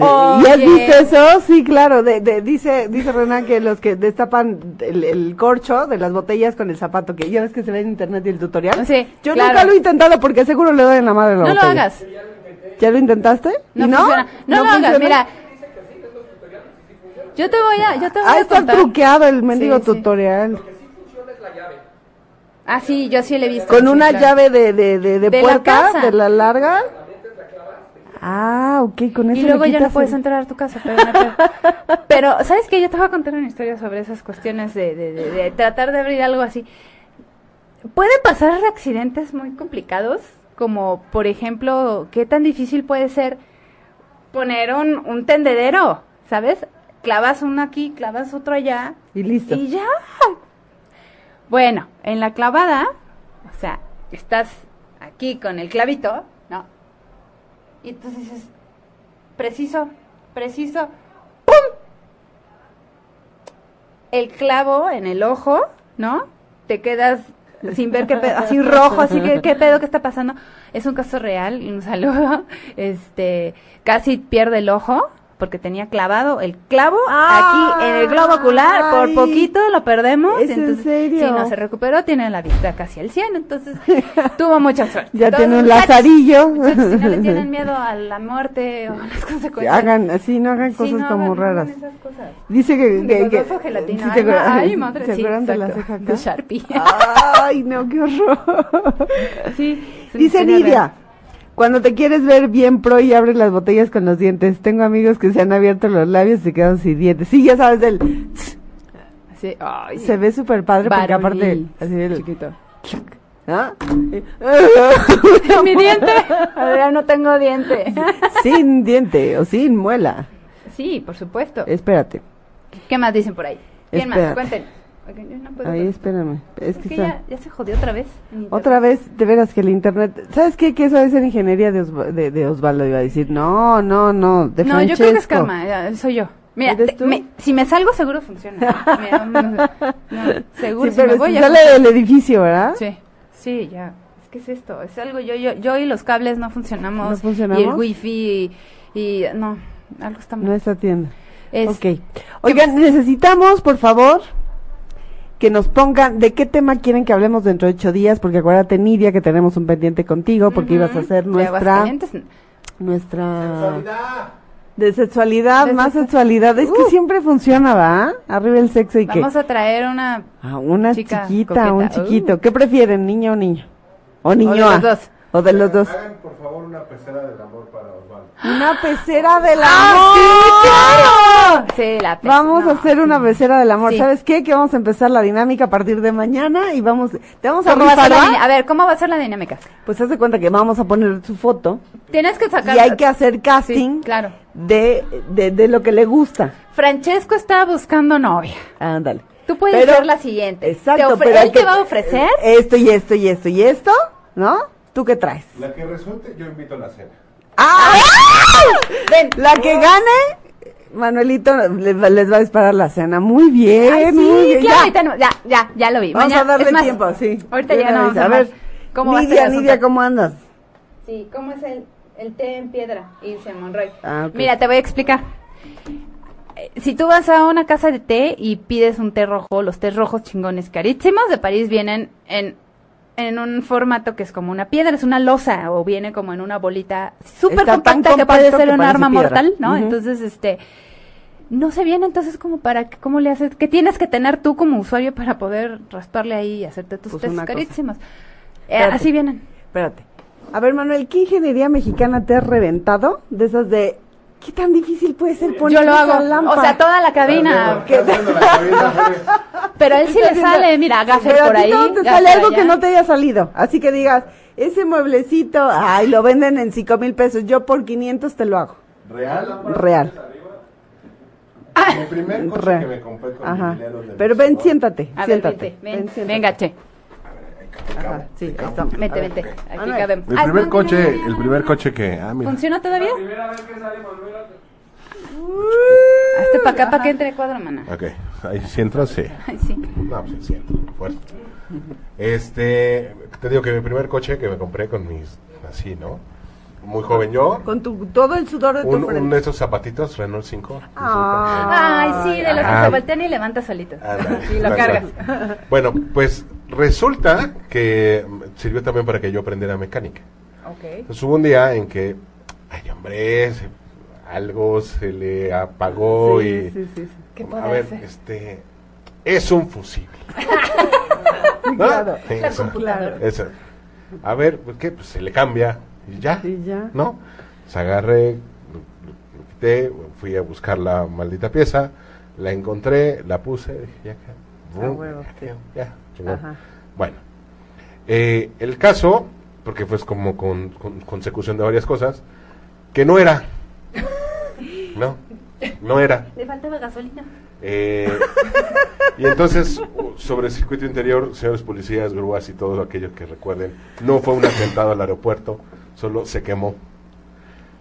[SPEAKER 3] Eh, ¿Ya has visto eso? Sí, claro. De, de- dice dice Renan que los que destapan el, el corcho de las botellas con el zapato, que ya ves que se ve en internet y el tutorial.
[SPEAKER 2] Sí,
[SPEAKER 3] Yo
[SPEAKER 2] claro.
[SPEAKER 3] nunca lo he intentado porque seguro le doy en la madre a la
[SPEAKER 2] No lo
[SPEAKER 3] botella.
[SPEAKER 2] hagas.
[SPEAKER 3] ¿Ya lo intentaste?
[SPEAKER 2] No,
[SPEAKER 3] ¿Y
[SPEAKER 2] funciona. no, lo hagas,
[SPEAKER 3] funciona?
[SPEAKER 2] mira. Yo te voy a, yo te voy
[SPEAKER 3] Ah,
[SPEAKER 2] a
[SPEAKER 3] está
[SPEAKER 2] contar.
[SPEAKER 3] truqueado el mendigo
[SPEAKER 2] Sí, sí.
[SPEAKER 3] tutorial.
[SPEAKER 2] Ah, sí, yo sí le he visto.
[SPEAKER 3] Con
[SPEAKER 2] sí,
[SPEAKER 3] una
[SPEAKER 2] claro.
[SPEAKER 3] llave de, de, de, de
[SPEAKER 2] De la
[SPEAKER 3] puerta,
[SPEAKER 2] casa.
[SPEAKER 3] de la larga. Ah, ok, con eso
[SPEAKER 2] Y
[SPEAKER 3] le
[SPEAKER 2] luego ya no
[SPEAKER 3] quitas
[SPEAKER 2] puedes
[SPEAKER 3] el-
[SPEAKER 2] entrar a tu casa. Pero, no te- pero, ¿sabes qué? Yo te voy a contar una historia sobre esas cuestiones de, de- de- de tratar de abrir algo así. Pueden pasar accidentes muy complicados, como por ejemplo, ¿qué tan difícil puede ser poner un, un tendedero? ¿Sabes? Clavas uno aquí, clavas otro allá,
[SPEAKER 3] Y listo.
[SPEAKER 2] Y ya. Bueno, en la clavada, o sea, estás aquí con el clavito, ¿no? Y entonces dices, preciso, preciso, ¡pum! El clavo en el ojo, ¿no? Te quedas sin ver qué pedo, así rojo, así que qué pedo que está pasando. Es un caso real, un saludo. Este, casi pierde el ojo porque tenía clavado el clavo aquí en el globo ocular, por
[SPEAKER 3] Ay.
[SPEAKER 2] poquito lo perdemos.
[SPEAKER 3] ¿Es en serio?
[SPEAKER 2] Si no se recuperó, tiene la vista casi al 100, entonces tuvo mucha suerte.
[SPEAKER 3] Ya
[SPEAKER 2] Entonces,
[SPEAKER 3] tiene un
[SPEAKER 2] muchachos,
[SPEAKER 3] lazarillo.
[SPEAKER 2] Muchachos, si no le tienen miedo a la muerte o a las consecuencias.
[SPEAKER 3] hagan así, no hagan
[SPEAKER 2] Sí,
[SPEAKER 3] cosas
[SPEAKER 2] no
[SPEAKER 3] como
[SPEAKER 2] hagan- no hagan
[SPEAKER 3] raras.
[SPEAKER 2] esas cosas.
[SPEAKER 3] Dice que.
[SPEAKER 2] Digo,
[SPEAKER 3] que,
[SPEAKER 2] de
[SPEAKER 3] que-
[SPEAKER 2] ojo gelatina.
[SPEAKER 3] ¿sí
[SPEAKER 2] Ay,
[SPEAKER 3] acuerdan-
[SPEAKER 2] ma- ay, madre,
[SPEAKER 3] ¿Se
[SPEAKER 2] sí,
[SPEAKER 3] acuerdan de la
[SPEAKER 2] exacto,
[SPEAKER 3] ceja acá? Ah.
[SPEAKER 2] de Sharpie.
[SPEAKER 3] Ay, no, qué horror.
[SPEAKER 2] Sí, es una
[SPEAKER 3] Dice
[SPEAKER 2] historia
[SPEAKER 3] Nidia.
[SPEAKER 2] real.
[SPEAKER 3] Cuando te quieres ver bien pro y abres las botellas con los dientes, tengo amigos que se han abierto los labios y se quedan sin dientes. Sí, ya sabes, del
[SPEAKER 2] Sí, ay,
[SPEAKER 3] se ve súper padre porque aparte
[SPEAKER 2] Barulí.
[SPEAKER 3] así el-
[SPEAKER 2] Chiquito.
[SPEAKER 3] ¿Ah?
[SPEAKER 2] Mi diente. Ahora no tengo diente.
[SPEAKER 3] sin diente o sin muela.
[SPEAKER 2] Sí, por supuesto.
[SPEAKER 3] Espérate.
[SPEAKER 2] ¿Qué más dicen por ahí? ¿Quién
[SPEAKER 3] Espérate.
[SPEAKER 2] más? Cuenten. Ok, yo Pues no puedo
[SPEAKER 3] Ahí
[SPEAKER 2] con-
[SPEAKER 3] espérame. Es
[SPEAKER 2] Es
[SPEAKER 3] que
[SPEAKER 2] que
[SPEAKER 3] está-
[SPEAKER 2] ya, ya se jodió otra vez. mi
[SPEAKER 3] Otra
[SPEAKER 2] internet.
[SPEAKER 3] vez, de veras que el internet. ¿Sabes qué? Que eso es en ingeniería de, Osva- de, de Osvaldo, iba a decir. No, no, no. De
[SPEAKER 2] No, yo creo que es
[SPEAKER 3] Francesco.
[SPEAKER 2] karma, ya, soy yo. Mira,
[SPEAKER 3] ¿Eres
[SPEAKER 2] te-
[SPEAKER 3] tú?
[SPEAKER 2] me- si me salgo seguro funciona. Mira, no, no, seguro
[SPEAKER 3] Sí,
[SPEAKER 2] si me
[SPEAKER 3] pero
[SPEAKER 2] voy
[SPEAKER 3] si
[SPEAKER 2] ya
[SPEAKER 3] sale
[SPEAKER 2] funciona.
[SPEAKER 3] del edificio, ¿verdad?
[SPEAKER 2] Sí, ¿Ah? sí, ya. Es que es esto, es algo yo yo yo y los cables no funcionamos,
[SPEAKER 3] ¿No funcionamos?
[SPEAKER 2] y el wifi y, y no, algo está
[SPEAKER 3] No
[SPEAKER 2] mal.
[SPEAKER 3] está tienda.
[SPEAKER 2] Es-
[SPEAKER 3] Ok. Oigan, necesitamos, por favor, que nos pongan de qué tema quieren que hablemos dentro de ocho días, porque acuérdate, Nidia, que tenemos un pendiente contigo, porque ibas a hacer
[SPEAKER 2] De
[SPEAKER 3] nuestra.
[SPEAKER 2] Aguascalientes,
[SPEAKER 3] Nuestra. De sexualidad,
[SPEAKER 2] De
[SPEAKER 3] más
[SPEAKER 2] sexu- Uh.
[SPEAKER 3] sexualidad. Es que siempre funciona, ¿va? Arriba el sexo y que.
[SPEAKER 2] Vamos a traer una
[SPEAKER 3] A una
[SPEAKER 2] Chica
[SPEAKER 3] chiquita,
[SPEAKER 2] coqueta. Uh.
[SPEAKER 3] un chiquito. ¿Qué prefieren, niña o niño? O niño.
[SPEAKER 2] los dos.
[SPEAKER 3] O de los dos.
[SPEAKER 4] Hagan por favor una pecera del amor para Osvaldo.
[SPEAKER 3] Una
[SPEAKER 2] ¡Ah,
[SPEAKER 3] pecera del amor.
[SPEAKER 2] Sí, la pe-
[SPEAKER 3] Vamos
[SPEAKER 2] no,
[SPEAKER 3] a hacer una
[SPEAKER 2] sí.
[SPEAKER 3] pecera del amor.
[SPEAKER 2] Sí.
[SPEAKER 3] ¿Sabes qué? Que vamos a empezar la dinámica a partir de mañana y vamos, te vamos a
[SPEAKER 2] ¿Cómo va a ser
[SPEAKER 3] rifar,
[SPEAKER 2] la
[SPEAKER 3] ¿va?
[SPEAKER 2] dina- a ver, ¿cómo va a ser la dinámica?
[SPEAKER 3] Pues haz de cuenta que vamos a poner su foto
[SPEAKER 2] Tienes que sacar
[SPEAKER 3] y hay que hacer casting
[SPEAKER 2] Sí, claro.
[SPEAKER 3] de, de, de lo que le gusta.
[SPEAKER 2] Francesco está buscando novia.
[SPEAKER 3] Ándale.
[SPEAKER 2] Tú puedes
[SPEAKER 3] Pero-
[SPEAKER 2] ser la siguiente.
[SPEAKER 3] Exacto.
[SPEAKER 2] Te ofre-
[SPEAKER 3] pero hay
[SPEAKER 2] él te
[SPEAKER 3] que-
[SPEAKER 2] va a ofrecer.
[SPEAKER 3] Esto y esto y esto y esto, ¿no? ¿Tú qué traes?
[SPEAKER 4] La que resulte, yo invito a la cena.
[SPEAKER 3] ¡Ah!
[SPEAKER 2] Ven.
[SPEAKER 3] La que gane, Manuelito les va, les va a disparar la cena. Muy bien,
[SPEAKER 2] Ay,
[SPEAKER 3] Eh, muy
[SPEAKER 2] sí,
[SPEAKER 3] bien.
[SPEAKER 2] claro,
[SPEAKER 3] ya.
[SPEAKER 2] ahorita no- ya, ya, ya lo vi.
[SPEAKER 3] Vamos
[SPEAKER 2] Mañana-
[SPEAKER 3] a darle
[SPEAKER 2] es más,
[SPEAKER 3] tiempo, sí.
[SPEAKER 2] Ahorita
[SPEAKER 3] De
[SPEAKER 2] ya
[SPEAKER 3] una
[SPEAKER 2] no
[SPEAKER 3] vez.
[SPEAKER 2] vamos a
[SPEAKER 3] A ver,
[SPEAKER 2] ¿Cómo va a ser
[SPEAKER 3] Nidia,
[SPEAKER 2] el
[SPEAKER 3] Nidia,
[SPEAKER 2] asunto?
[SPEAKER 3] ¿cómo andas?
[SPEAKER 2] Sí, ¿cómo es el, el té en piedra? Irse a Monroy.
[SPEAKER 3] Ah, ok.
[SPEAKER 2] Mira, te voy a explicar. Eh, Si tú vas a una casa de té y pides un té rojo, los tés rojos chingones carísimos de París vienen en en un formato que es como una piedra, es una losa o viene como en una bolita súper
[SPEAKER 3] Está tan
[SPEAKER 2] compacta que puede
[SPEAKER 3] compacto
[SPEAKER 2] ser
[SPEAKER 3] que
[SPEAKER 2] un
[SPEAKER 3] parece
[SPEAKER 2] arma
[SPEAKER 3] piedra.
[SPEAKER 2] mortal, ¿no?
[SPEAKER 3] Ujú.
[SPEAKER 2] Entonces, este, no se viene, entonces como para, qué- ¿cómo le haces? ¿Qué tienes que tener tú como usuario para poder rasparle ahí y hacerte tus
[SPEAKER 3] Pues
[SPEAKER 2] tests
[SPEAKER 3] una cosa.
[SPEAKER 2] carísimos? Eh,
[SPEAKER 3] Espérate.
[SPEAKER 2] así vienen.
[SPEAKER 3] Espérate. A ver, Manuel, ¿qué ingeniería mexicana te has reventado? De esas de, ¿qué tan difícil puede ser poner
[SPEAKER 2] Yo lo
[SPEAKER 3] esa
[SPEAKER 2] hago, o
[SPEAKER 3] lámpara?
[SPEAKER 2] sea, toda la
[SPEAKER 3] Ah,
[SPEAKER 2] cabina,
[SPEAKER 4] ¿Qué? La cabina, güey.
[SPEAKER 2] pero a él sí le sale, mira, gafes
[SPEAKER 3] Pero a
[SPEAKER 2] por
[SPEAKER 3] ti
[SPEAKER 2] ahí.
[SPEAKER 3] no te
[SPEAKER 2] gafes
[SPEAKER 3] sale algo
[SPEAKER 2] allá.
[SPEAKER 3] que no te haya salido. Así que digas, ese mueblecito, ay, lo venden en cinco mil pesos. Yo por 500 te lo hago.
[SPEAKER 4] Real.
[SPEAKER 3] Real.
[SPEAKER 4] Mi primer coche
[SPEAKER 3] Real.
[SPEAKER 4] que me compré con
[SPEAKER 3] Ajá.
[SPEAKER 4] mi dinero del
[SPEAKER 3] Pero ven,
[SPEAKER 4] Salvador.
[SPEAKER 3] siéntate,
[SPEAKER 2] A ver,
[SPEAKER 3] siéntate.
[SPEAKER 2] vente, ven,
[SPEAKER 3] siéntate.
[SPEAKER 2] venga, che,
[SPEAKER 3] Ajá, sí, ahí estamos. A
[SPEAKER 2] vete,
[SPEAKER 3] ver.
[SPEAKER 2] vente, aquí
[SPEAKER 3] Manuel.
[SPEAKER 2] cabemos.
[SPEAKER 6] El
[SPEAKER 2] Ah,
[SPEAKER 6] primer
[SPEAKER 2] no,
[SPEAKER 6] coche,
[SPEAKER 2] mira, mira,
[SPEAKER 6] el
[SPEAKER 2] mira,
[SPEAKER 6] primer
[SPEAKER 2] mira.
[SPEAKER 6] coche que. Ah, mira.
[SPEAKER 2] ¿Funciona todavía?
[SPEAKER 4] Primera vez que salimos, mira.
[SPEAKER 2] Hazte para acá para que entre cuadro, maná.
[SPEAKER 6] Ok. Ahí sí entro, sí.
[SPEAKER 2] Ay, sí.
[SPEAKER 6] No, pues sí entro. Fuerte. Este. Te digo que mi primer coche que me compré con mis. Así, ¿no? Muy joven yo.
[SPEAKER 3] Con tu, todo el sudor de
[SPEAKER 6] Un,
[SPEAKER 3] tu
[SPEAKER 6] un
[SPEAKER 3] frente.
[SPEAKER 6] de esos zapatitos, Renault 5.
[SPEAKER 3] Ah.
[SPEAKER 2] Ay, sí, de los que
[SPEAKER 6] Ajá.
[SPEAKER 2] se voltean y levantas solito.
[SPEAKER 6] Ándale,
[SPEAKER 2] Y lo
[SPEAKER 6] tal
[SPEAKER 2] cargas.
[SPEAKER 6] cual. Bueno, pues resulta que mm, sirvió también para que yo aprendiera mecánica.
[SPEAKER 2] Ok.
[SPEAKER 6] Entonces, hubo un día en que, ay, hombre, se- algo se le apagó
[SPEAKER 3] Sí,
[SPEAKER 6] y.
[SPEAKER 3] sí, sí, sí.
[SPEAKER 2] ¿Qué
[SPEAKER 6] a
[SPEAKER 2] podrá
[SPEAKER 6] ver,
[SPEAKER 2] ser?
[SPEAKER 6] este. Es un fusible. ¿No?
[SPEAKER 3] claro.
[SPEAKER 6] Sí,
[SPEAKER 2] La
[SPEAKER 6] eso,
[SPEAKER 2] computadora.
[SPEAKER 6] eso. A ver, pues, ¿qué? Pues se le cambia. Y ya.
[SPEAKER 3] Y ya.
[SPEAKER 6] ¿No? Se agarré, lo- lo- lo quité, fui a buscar la maldita pieza, la encontré, la puse, dije, ya que-
[SPEAKER 3] A huevo,
[SPEAKER 6] ya
[SPEAKER 3] sí.
[SPEAKER 6] que- ya, chingón.
[SPEAKER 3] Ajá.
[SPEAKER 6] Bueno, eh, el caso, porque fue como con, con consecución de varias cosas, que no era. No, no era.
[SPEAKER 2] Le faltaba gasolina.
[SPEAKER 6] Eh, y entonces, sobre el circuito interior, señores policías, grúas y todos aquellos que recuerden, no fue un atentado al aeropuerto, solo se quemó.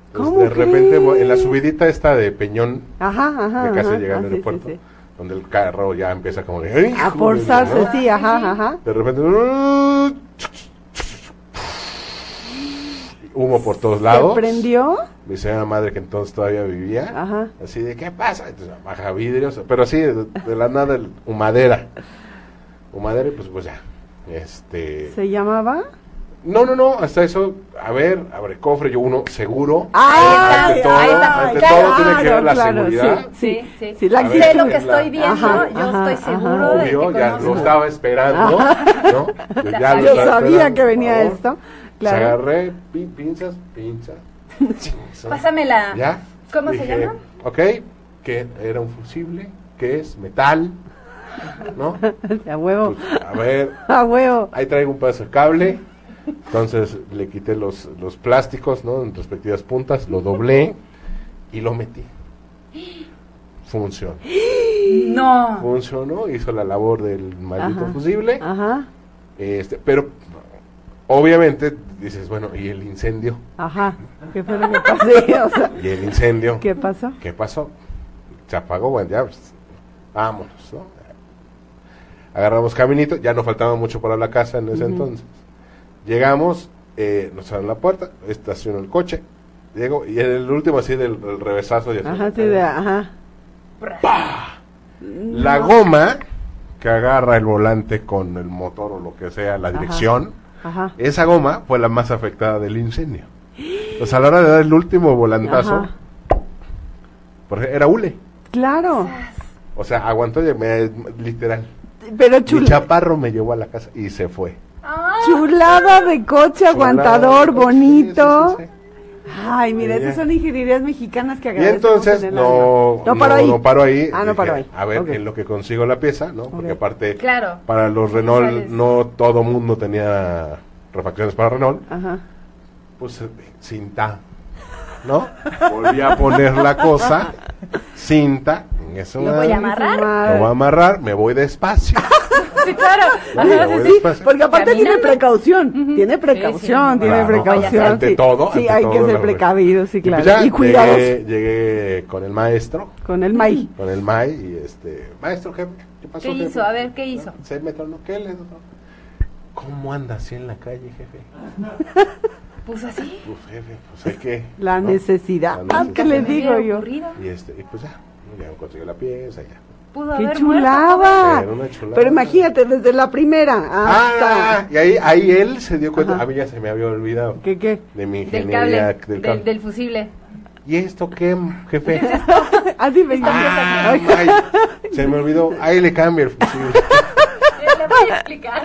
[SPEAKER 6] Entonces,
[SPEAKER 3] ¿Cómo
[SPEAKER 6] de repente,
[SPEAKER 3] crees?
[SPEAKER 6] en la subidita esta de Peñón,
[SPEAKER 3] Ajá, ajá.
[SPEAKER 6] de casi
[SPEAKER 3] ajá.
[SPEAKER 6] llegar al
[SPEAKER 3] Ah, sí, sí,
[SPEAKER 6] aeropuerto,
[SPEAKER 3] sí.
[SPEAKER 6] donde el carro ya empieza como de...
[SPEAKER 3] A
[SPEAKER 6] "Híjole",
[SPEAKER 3] forzarse,
[SPEAKER 6] ¿no?
[SPEAKER 3] sí, ajá, ajá.
[SPEAKER 6] De repente... "Uh", Humo por todos lados.
[SPEAKER 3] ¿Se prendió?
[SPEAKER 6] Mi señora madre que entonces todavía vivía.
[SPEAKER 3] Ajá.
[SPEAKER 6] Así de, ¿qué pasa? Entonces, baja vidrios, pero así, de, de la nada, el- humadera. Humadera, y pues, pues ya. Este.
[SPEAKER 3] ¿Se llamaba?
[SPEAKER 6] No, no, no, hasta eso, a ver, abre cofre, yo uno, seguro.
[SPEAKER 3] Ay,
[SPEAKER 6] ante todo,
[SPEAKER 2] ahí está,
[SPEAKER 6] ante
[SPEAKER 2] claro,
[SPEAKER 6] todo tiene que ver la
[SPEAKER 3] claro,
[SPEAKER 6] seguridad.
[SPEAKER 2] Ah, Sí,
[SPEAKER 3] Sí,
[SPEAKER 2] sí.
[SPEAKER 3] sí, la
[SPEAKER 6] A ver,
[SPEAKER 2] sé lo que
[SPEAKER 6] la-
[SPEAKER 2] estoy viendo,
[SPEAKER 3] Ajá,
[SPEAKER 2] yo
[SPEAKER 3] ajá,
[SPEAKER 2] estoy seguro
[SPEAKER 3] ajá.
[SPEAKER 2] de que
[SPEAKER 6] Obvio, ya lo
[SPEAKER 2] conozco.
[SPEAKER 6] estaba esperando, ¿no? Yo, ya lo
[SPEAKER 3] Yo
[SPEAKER 6] estaba
[SPEAKER 3] sabía
[SPEAKER 6] esperando,
[SPEAKER 3] que venía
[SPEAKER 6] Ah, por favor.
[SPEAKER 3] esto.
[SPEAKER 6] Se
[SPEAKER 3] Claro.
[SPEAKER 6] agarré, pin- pinzas, pinza. chinza.
[SPEAKER 2] Pásame la...
[SPEAKER 6] ¿Ya?
[SPEAKER 2] Ah. ¿Cómo se
[SPEAKER 6] Dije,
[SPEAKER 2] llama?
[SPEAKER 6] Ok, que era un fusible, que es metal, ¿no?
[SPEAKER 3] A huevo.
[SPEAKER 6] Pues, a ver,
[SPEAKER 3] A huevo.
[SPEAKER 6] ahí traigo un pedazo de cable, entonces le quité los, los plásticos, ¿no? En respectivas puntas, lo doblé y lo metí. Funcionó.
[SPEAKER 2] No.
[SPEAKER 6] Funcionó, hizo la labor del maldito
[SPEAKER 3] Ajá.
[SPEAKER 6] fusible,
[SPEAKER 2] Ah.
[SPEAKER 3] Ajá.
[SPEAKER 6] este, pero obviamente dices, bueno, ¿y el incendio?
[SPEAKER 3] Ajá. ¿Qué fue lo que pasó? Sí, o sea,
[SPEAKER 6] ¿Y el incendio?
[SPEAKER 3] ¿Qué pasó?
[SPEAKER 6] ¿Qué pasó? Se apagó, bueno, ya, pues, vámonos, ¿no? Agarramos caminito, ya nos faltaba mucho para la casa en ese entonces. Llegamos, eh, nos abren la puerta, estacionó el coche, llego, y en el último así del, del revesazo, ya
[SPEAKER 3] Ajá,
[SPEAKER 6] sabes,
[SPEAKER 3] sí, de, ah, ajá.
[SPEAKER 6] la goma que agarra el volante con el motor o lo que sea, la dirección,
[SPEAKER 3] Ajá.
[SPEAKER 6] esa goma fue la más afectada del incendio. O sea, a la hora de dar el último volantazo,
[SPEAKER 3] Ajá.
[SPEAKER 6] porque era hule.
[SPEAKER 3] Claro.
[SPEAKER 6] O sea, aguantó, y me- literal.
[SPEAKER 3] Pero
[SPEAKER 6] Mi
[SPEAKER 3] chula,
[SPEAKER 6] chaparro me llevó a la casa y se fue.
[SPEAKER 3] chulada de coche, aguantador,
[SPEAKER 6] Chulada.
[SPEAKER 3] bonito.
[SPEAKER 6] Sí, sí, sí,
[SPEAKER 3] Ay, mira,
[SPEAKER 6] Sí,
[SPEAKER 3] esas
[SPEAKER 6] ya.
[SPEAKER 3] son ingenierías mexicanas que
[SPEAKER 6] sí. Y
[SPEAKER 3] agradecemos
[SPEAKER 6] entonces
[SPEAKER 3] en el
[SPEAKER 6] no,
[SPEAKER 3] alma. no paro ahí.
[SPEAKER 6] no paro ahí.
[SPEAKER 3] Ah, no
[SPEAKER 6] Dije,
[SPEAKER 3] paro ahí.
[SPEAKER 6] A ver,
[SPEAKER 3] Ok.
[SPEAKER 6] en lo que consigo la pieza, ¿no? Porque
[SPEAKER 3] Ok.
[SPEAKER 6] aparte,
[SPEAKER 2] Claro.
[SPEAKER 6] para los
[SPEAKER 2] Sales.
[SPEAKER 6] Renault no todo mundo tenía refacciones para Renault.
[SPEAKER 3] Ajá.
[SPEAKER 6] Puse cinta, ¿no? Volví a poner la cosa, cinta, en eso
[SPEAKER 2] ¿Lo voy a amarrar?
[SPEAKER 6] Lo voy a amarrar, me voy despacio.
[SPEAKER 2] Sí, claro.
[SPEAKER 6] Oye,
[SPEAKER 2] Ajá,
[SPEAKER 6] voy
[SPEAKER 2] sí, sí.
[SPEAKER 6] despacio.
[SPEAKER 3] Porque aparte tiene
[SPEAKER 2] Caminando.
[SPEAKER 3] precaución, tiene
[SPEAKER 2] Sí,
[SPEAKER 3] precaución,
[SPEAKER 2] sí.
[SPEAKER 3] tiene
[SPEAKER 6] Claro,
[SPEAKER 3] precaución.
[SPEAKER 6] ante
[SPEAKER 3] sí.
[SPEAKER 6] todo,
[SPEAKER 3] Sí,
[SPEAKER 6] ante
[SPEAKER 3] hay
[SPEAKER 6] todo,
[SPEAKER 3] que
[SPEAKER 6] la
[SPEAKER 3] ser precavidos, sí,
[SPEAKER 6] Y pues
[SPEAKER 3] claro.
[SPEAKER 6] ya
[SPEAKER 3] y cuidados
[SPEAKER 6] Llegué, llegué con el maestro,
[SPEAKER 3] con el maíz.
[SPEAKER 6] con el MAI, y este, maestro, ¿qué, qué pasó?
[SPEAKER 2] ¿Qué
[SPEAKER 6] jefe?"
[SPEAKER 2] hizo? A ver, ¿qué hizo?
[SPEAKER 6] Se me tronó, ¿qué le ¿Cómo anda así en la calle, jefe?
[SPEAKER 2] Pues así.
[SPEAKER 6] Pues jefe, pues hay que.
[SPEAKER 3] La
[SPEAKER 6] ¿no?
[SPEAKER 3] necesidad.
[SPEAKER 6] La
[SPEAKER 3] Ah, ¿qué le
[SPEAKER 6] necesidad.
[SPEAKER 3] digo yo?
[SPEAKER 2] Ocurrido.
[SPEAKER 6] Y este, y pues ya, ya consiguió la pieza, ya.
[SPEAKER 2] pudo
[SPEAKER 3] ¡Qué
[SPEAKER 2] haber muerto.
[SPEAKER 3] chulada!
[SPEAKER 6] Era una chulada.
[SPEAKER 3] Pero imagínate, desde la primera hasta...
[SPEAKER 6] Ah, y ahí, ahí él se dio cuenta.
[SPEAKER 3] Ajá.
[SPEAKER 6] A mí ya se me había olvidado
[SPEAKER 3] ¿Qué, qué?
[SPEAKER 6] de mi
[SPEAKER 2] Del
[SPEAKER 6] ingeniería
[SPEAKER 2] cable,
[SPEAKER 6] del
[SPEAKER 2] del,
[SPEAKER 6] cable.
[SPEAKER 2] del fusible.
[SPEAKER 6] ¿Y esto qué, jefe?
[SPEAKER 3] Así me
[SPEAKER 6] Ah, ay, se me olvidó. Ahí le cambia el fusil.
[SPEAKER 2] Le voy a
[SPEAKER 3] Ah,
[SPEAKER 2] explicar.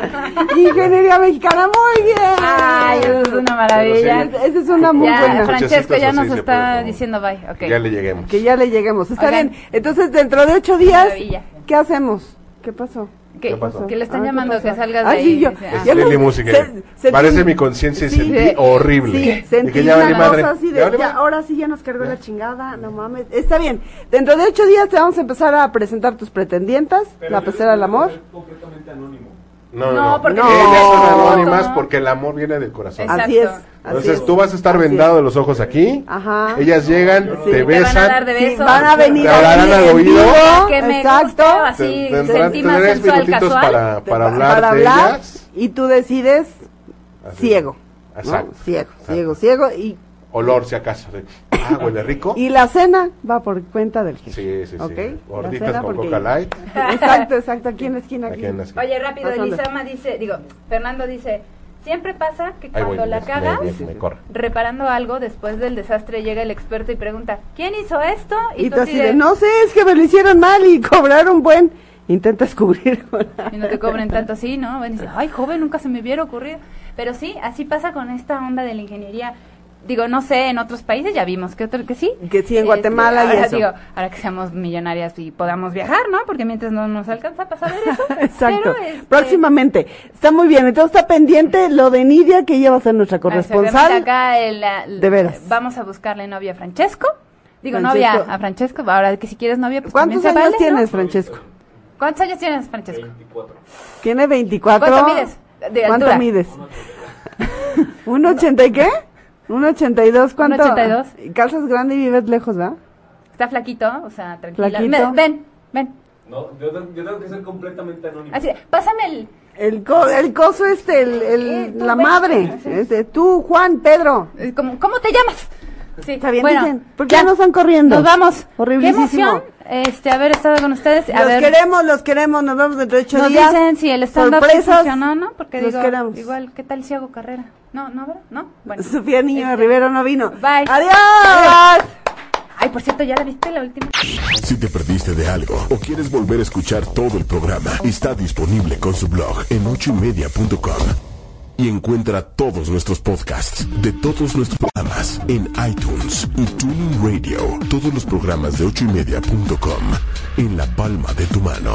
[SPEAKER 3] Ingeniería mexicana, muy bien.
[SPEAKER 2] Ay, eso es una maravilla.
[SPEAKER 6] Pero
[SPEAKER 3] Esa es una muy
[SPEAKER 2] ya,
[SPEAKER 3] buena.
[SPEAKER 2] Francesco ya
[SPEAKER 6] Cochecitos
[SPEAKER 2] nos
[SPEAKER 6] así se
[SPEAKER 2] está
[SPEAKER 6] puede, ¿no?
[SPEAKER 2] diciendo bye. Ok.
[SPEAKER 6] Ya le lleguemos.
[SPEAKER 3] Que ya le lleguemos. Está
[SPEAKER 2] Oigan.
[SPEAKER 3] bien. Entonces, dentro de ocho días,
[SPEAKER 2] Maravilla.
[SPEAKER 3] ¿qué hacemos? ¿Qué pasó?
[SPEAKER 2] ¿Qué,
[SPEAKER 6] ¿Qué pasó?
[SPEAKER 2] Que le están
[SPEAKER 3] Ah, ¿qué
[SPEAKER 2] llamando,
[SPEAKER 3] pasó?
[SPEAKER 2] que salgas de
[SPEAKER 3] Ay,
[SPEAKER 2] ahí.
[SPEAKER 3] sí, yo-
[SPEAKER 2] Dice,
[SPEAKER 3] yo
[SPEAKER 2] ah,
[SPEAKER 6] Es Lili Música.
[SPEAKER 3] Se- se-
[SPEAKER 6] Parece mi conciencia y
[SPEAKER 3] Sí,
[SPEAKER 6] sentí
[SPEAKER 2] de-
[SPEAKER 6] horrible.
[SPEAKER 3] Sí,
[SPEAKER 6] De
[SPEAKER 3] sentí
[SPEAKER 6] que ya vale
[SPEAKER 3] una
[SPEAKER 6] madre.
[SPEAKER 3] cosa así de,
[SPEAKER 6] Ya vale
[SPEAKER 3] ya, oh,
[SPEAKER 6] madre.
[SPEAKER 3] ahora sí ya nos cargó la chingada, no mames. Está bien, dentro de ocho días te vamos a empezar a presentar tus pretendientas, la pecera del amor.
[SPEAKER 4] Completamente anónimo.
[SPEAKER 6] No,
[SPEAKER 2] No,
[SPEAKER 6] no,
[SPEAKER 2] porque-
[SPEAKER 6] Ellas son
[SPEAKER 3] No.
[SPEAKER 6] anónimas porque el amor viene del corazón.
[SPEAKER 2] Exacto.
[SPEAKER 3] Así es. así
[SPEAKER 6] Entonces
[SPEAKER 3] es.
[SPEAKER 6] tú vas a estar
[SPEAKER 3] Así es.
[SPEAKER 6] vendado de los ojos aquí.
[SPEAKER 3] Ajá.
[SPEAKER 6] Ellas llegan,
[SPEAKER 3] Sí.
[SPEAKER 6] te
[SPEAKER 3] Te
[SPEAKER 2] Te van a
[SPEAKER 6] besan.
[SPEAKER 2] dar de
[SPEAKER 3] Sí,
[SPEAKER 2] besos.
[SPEAKER 3] van a venir
[SPEAKER 6] Te hablarán
[SPEAKER 3] aquí
[SPEAKER 6] al
[SPEAKER 3] en
[SPEAKER 6] oído.
[SPEAKER 3] vivo,
[SPEAKER 2] Que me
[SPEAKER 3] Exacto.
[SPEAKER 2] guste, así,
[SPEAKER 6] Te- tendrán-
[SPEAKER 2] sentí más
[SPEAKER 6] tendrás
[SPEAKER 2] sensual,
[SPEAKER 6] minutitos
[SPEAKER 2] casual.
[SPEAKER 6] para, para
[SPEAKER 3] Te-
[SPEAKER 6] hablar
[SPEAKER 3] para
[SPEAKER 6] de
[SPEAKER 3] hablar,
[SPEAKER 6] ellas.
[SPEAKER 3] y tú decides
[SPEAKER 6] Así.
[SPEAKER 3] ciego. ¿no?
[SPEAKER 6] Exacto.
[SPEAKER 3] Ciego,
[SPEAKER 6] Exacto.
[SPEAKER 3] ciego, ciego. Y,
[SPEAKER 6] Olor, si acaso. de, Ah, huele rico.
[SPEAKER 3] y la cena va por cuenta del jefe.
[SPEAKER 6] Sí, sí, sí.
[SPEAKER 3] ¿ok? La
[SPEAKER 6] Gorditas
[SPEAKER 3] cena
[SPEAKER 6] con
[SPEAKER 3] porque-
[SPEAKER 6] Coca Light.
[SPEAKER 3] Exacto, exacto, aquí en la esquina.
[SPEAKER 6] Aquí en la esquina.
[SPEAKER 2] Oye, rápido,
[SPEAKER 3] Pasando.
[SPEAKER 2] Elisama dice, digo, Fernando dice, siempre pasa que
[SPEAKER 6] Ay,
[SPEAKER 2] cuando
[SPEAKER 6] güey,
[SPEAKER 2] la
[SPEAKER 6] me-
[SPEAKER 2] cagas,
[SPEAKER 6] me- me- me corre.
[SPEAKER 2] reparando algo después del desastre, llega el experto y pregunta, ¿quién hizo esto?
[SPEAKER 3] Y tú así de, no sé, es que me lo hicieron mal y cobraron buen. Intentas cubrir con la-
[SPEAKER 2] Y no te cobren tanto así, ¿no? Ven y dice, ay, joven, nunca se me hubiera ocurrido. Pero sí, así pasa con esta onda de la ingeniería. Digo, no sé, en otros países ya vimos que otro que sí.
[SPEAKER 3] Que sí, en
[SPEAKER 2] Este,
[SPEAKER 3] Guatemala y
[SPEAKER 2] ahora
[SPEAKER 3] eso.
[SPEAKER 2] digo, ahora que seamos millonarias y podamos viajar, ¿no? Porque mientras no nos alcanza para saber eso.
[SPEAKER 3] Exacto.
[SPEAKER 2] Pero, este,
[SPEAKER 3] Próximamente. Está muy bien. Entonces está pendiente lo de Nidia, que ella va a ser nuestra
[SPEAKER 2] Seguramente
[SPEAKER 3] corresponsal.
[SPEAKER 2] Acá el, la-
[SPEAKER 3] De veras.
[SPEAKER 2] Vamos a buscarle novia a Francesco. Digo,
[SPEAKER 3] Francesco.
[SPEAKER 2] novia a Francesco. Ahora que si quieres novia, pues
[SPEAKER 3] ¿Cuántos
[SPEAKER 2] también
[SPEAKER 3] años
[SPEAKER 2] se vale, ¿no?
[SPEAKER 3] tienes, Francesco?
[SPEAKER 2] ¿Cuántos años tienes, Francesco?
[SPEAKER 4] 24.
[SPEAKER 3] Tiene 24.
[SPEAKER 2] ¿Cuánto mides? De
[SPEAKER 3] ¿Cuánto
[SPEAKER 2] altura.
[SPEAKER 3] mides? ¿Un ochenta y qué? ¿Un ochenta y dos? ¿Cuánto?
[SPEAKER 2] 82.
[SPEAKER 3] Calzas grande y vives lejos, ¿verdad?
[SPEAKER 2] Está flaquito, o sea, tranquila.
[SPEAKER 3] Flaquito.
[SPEAKER 2] Me- ven, ven.
[SPEAKER 4] No, yo, tengo- yo tengo que ser completamente anónimo.
[SPEAKER 2] Así, de, pásame el...
[SPEAKER 3] El, co- el coso este, el, el-
[SPEAKER 2] Eh, tú,
[SPEAKER 3] la
[SPEAKER 2] ven.
[SPEAKER 3] madre. Este, tú, Juan, Pedro.
[SPEAKER 2] eh, ¿Cómo, cómo te llamas? Sí,
[SPEAKER 3] Está bien,
[SPEAKER 2] bueno,
[SPEAKER 3] dicen. ¿Por qué no están corriendo?
[SPEAKER 2] Nos vamos. Qué
[SPEAKER 3] Horriblísimo.
[SPEAKER 2] emoción este, haber estado con ustedes. A
[SPEAKER 3] los
[SPEAKER 2] ver,
[SPEAKER 3] queremos, los queremos. Nos vemos dentro de ocho
[SPEAKER 2] nos
[SPEAKER 3] días.
[SPEAKER 2] dicen si el stand-up sí
[SPEAKER 3] Sorpresas.
[SPEAKER 2] funcionó, ¿no? Porque
[SPEAKER 3] los
[SPEAKER 2] digo,
[SPEAKER 3] queremos.
[SPEAKER 2] igual, ¿qué tal si hago carrera? No, no, ¿verdad? No, bueno.
[SPEAKER 3] Sofía Niño de
[SPEAKER 2] Este,
[SPEAKER 3] Rivero no vino.
[SPEAKER 2] Bye.
[SPEAKER 3] Adiós.
[SPEAKER 2] Ay, por cierto, ¿ya la viste la última?
[SPEAKER 1] Si te perdiste de algo o quieres volver a escuchar todo el programa, está disponible con su blog en ochoymedia.com. Y encuentra todos nuestros podcasts de todos nuestros programas en iTunes y Tuning Radio. Todos los programas de ochoymedia.com en la palma de tu mano.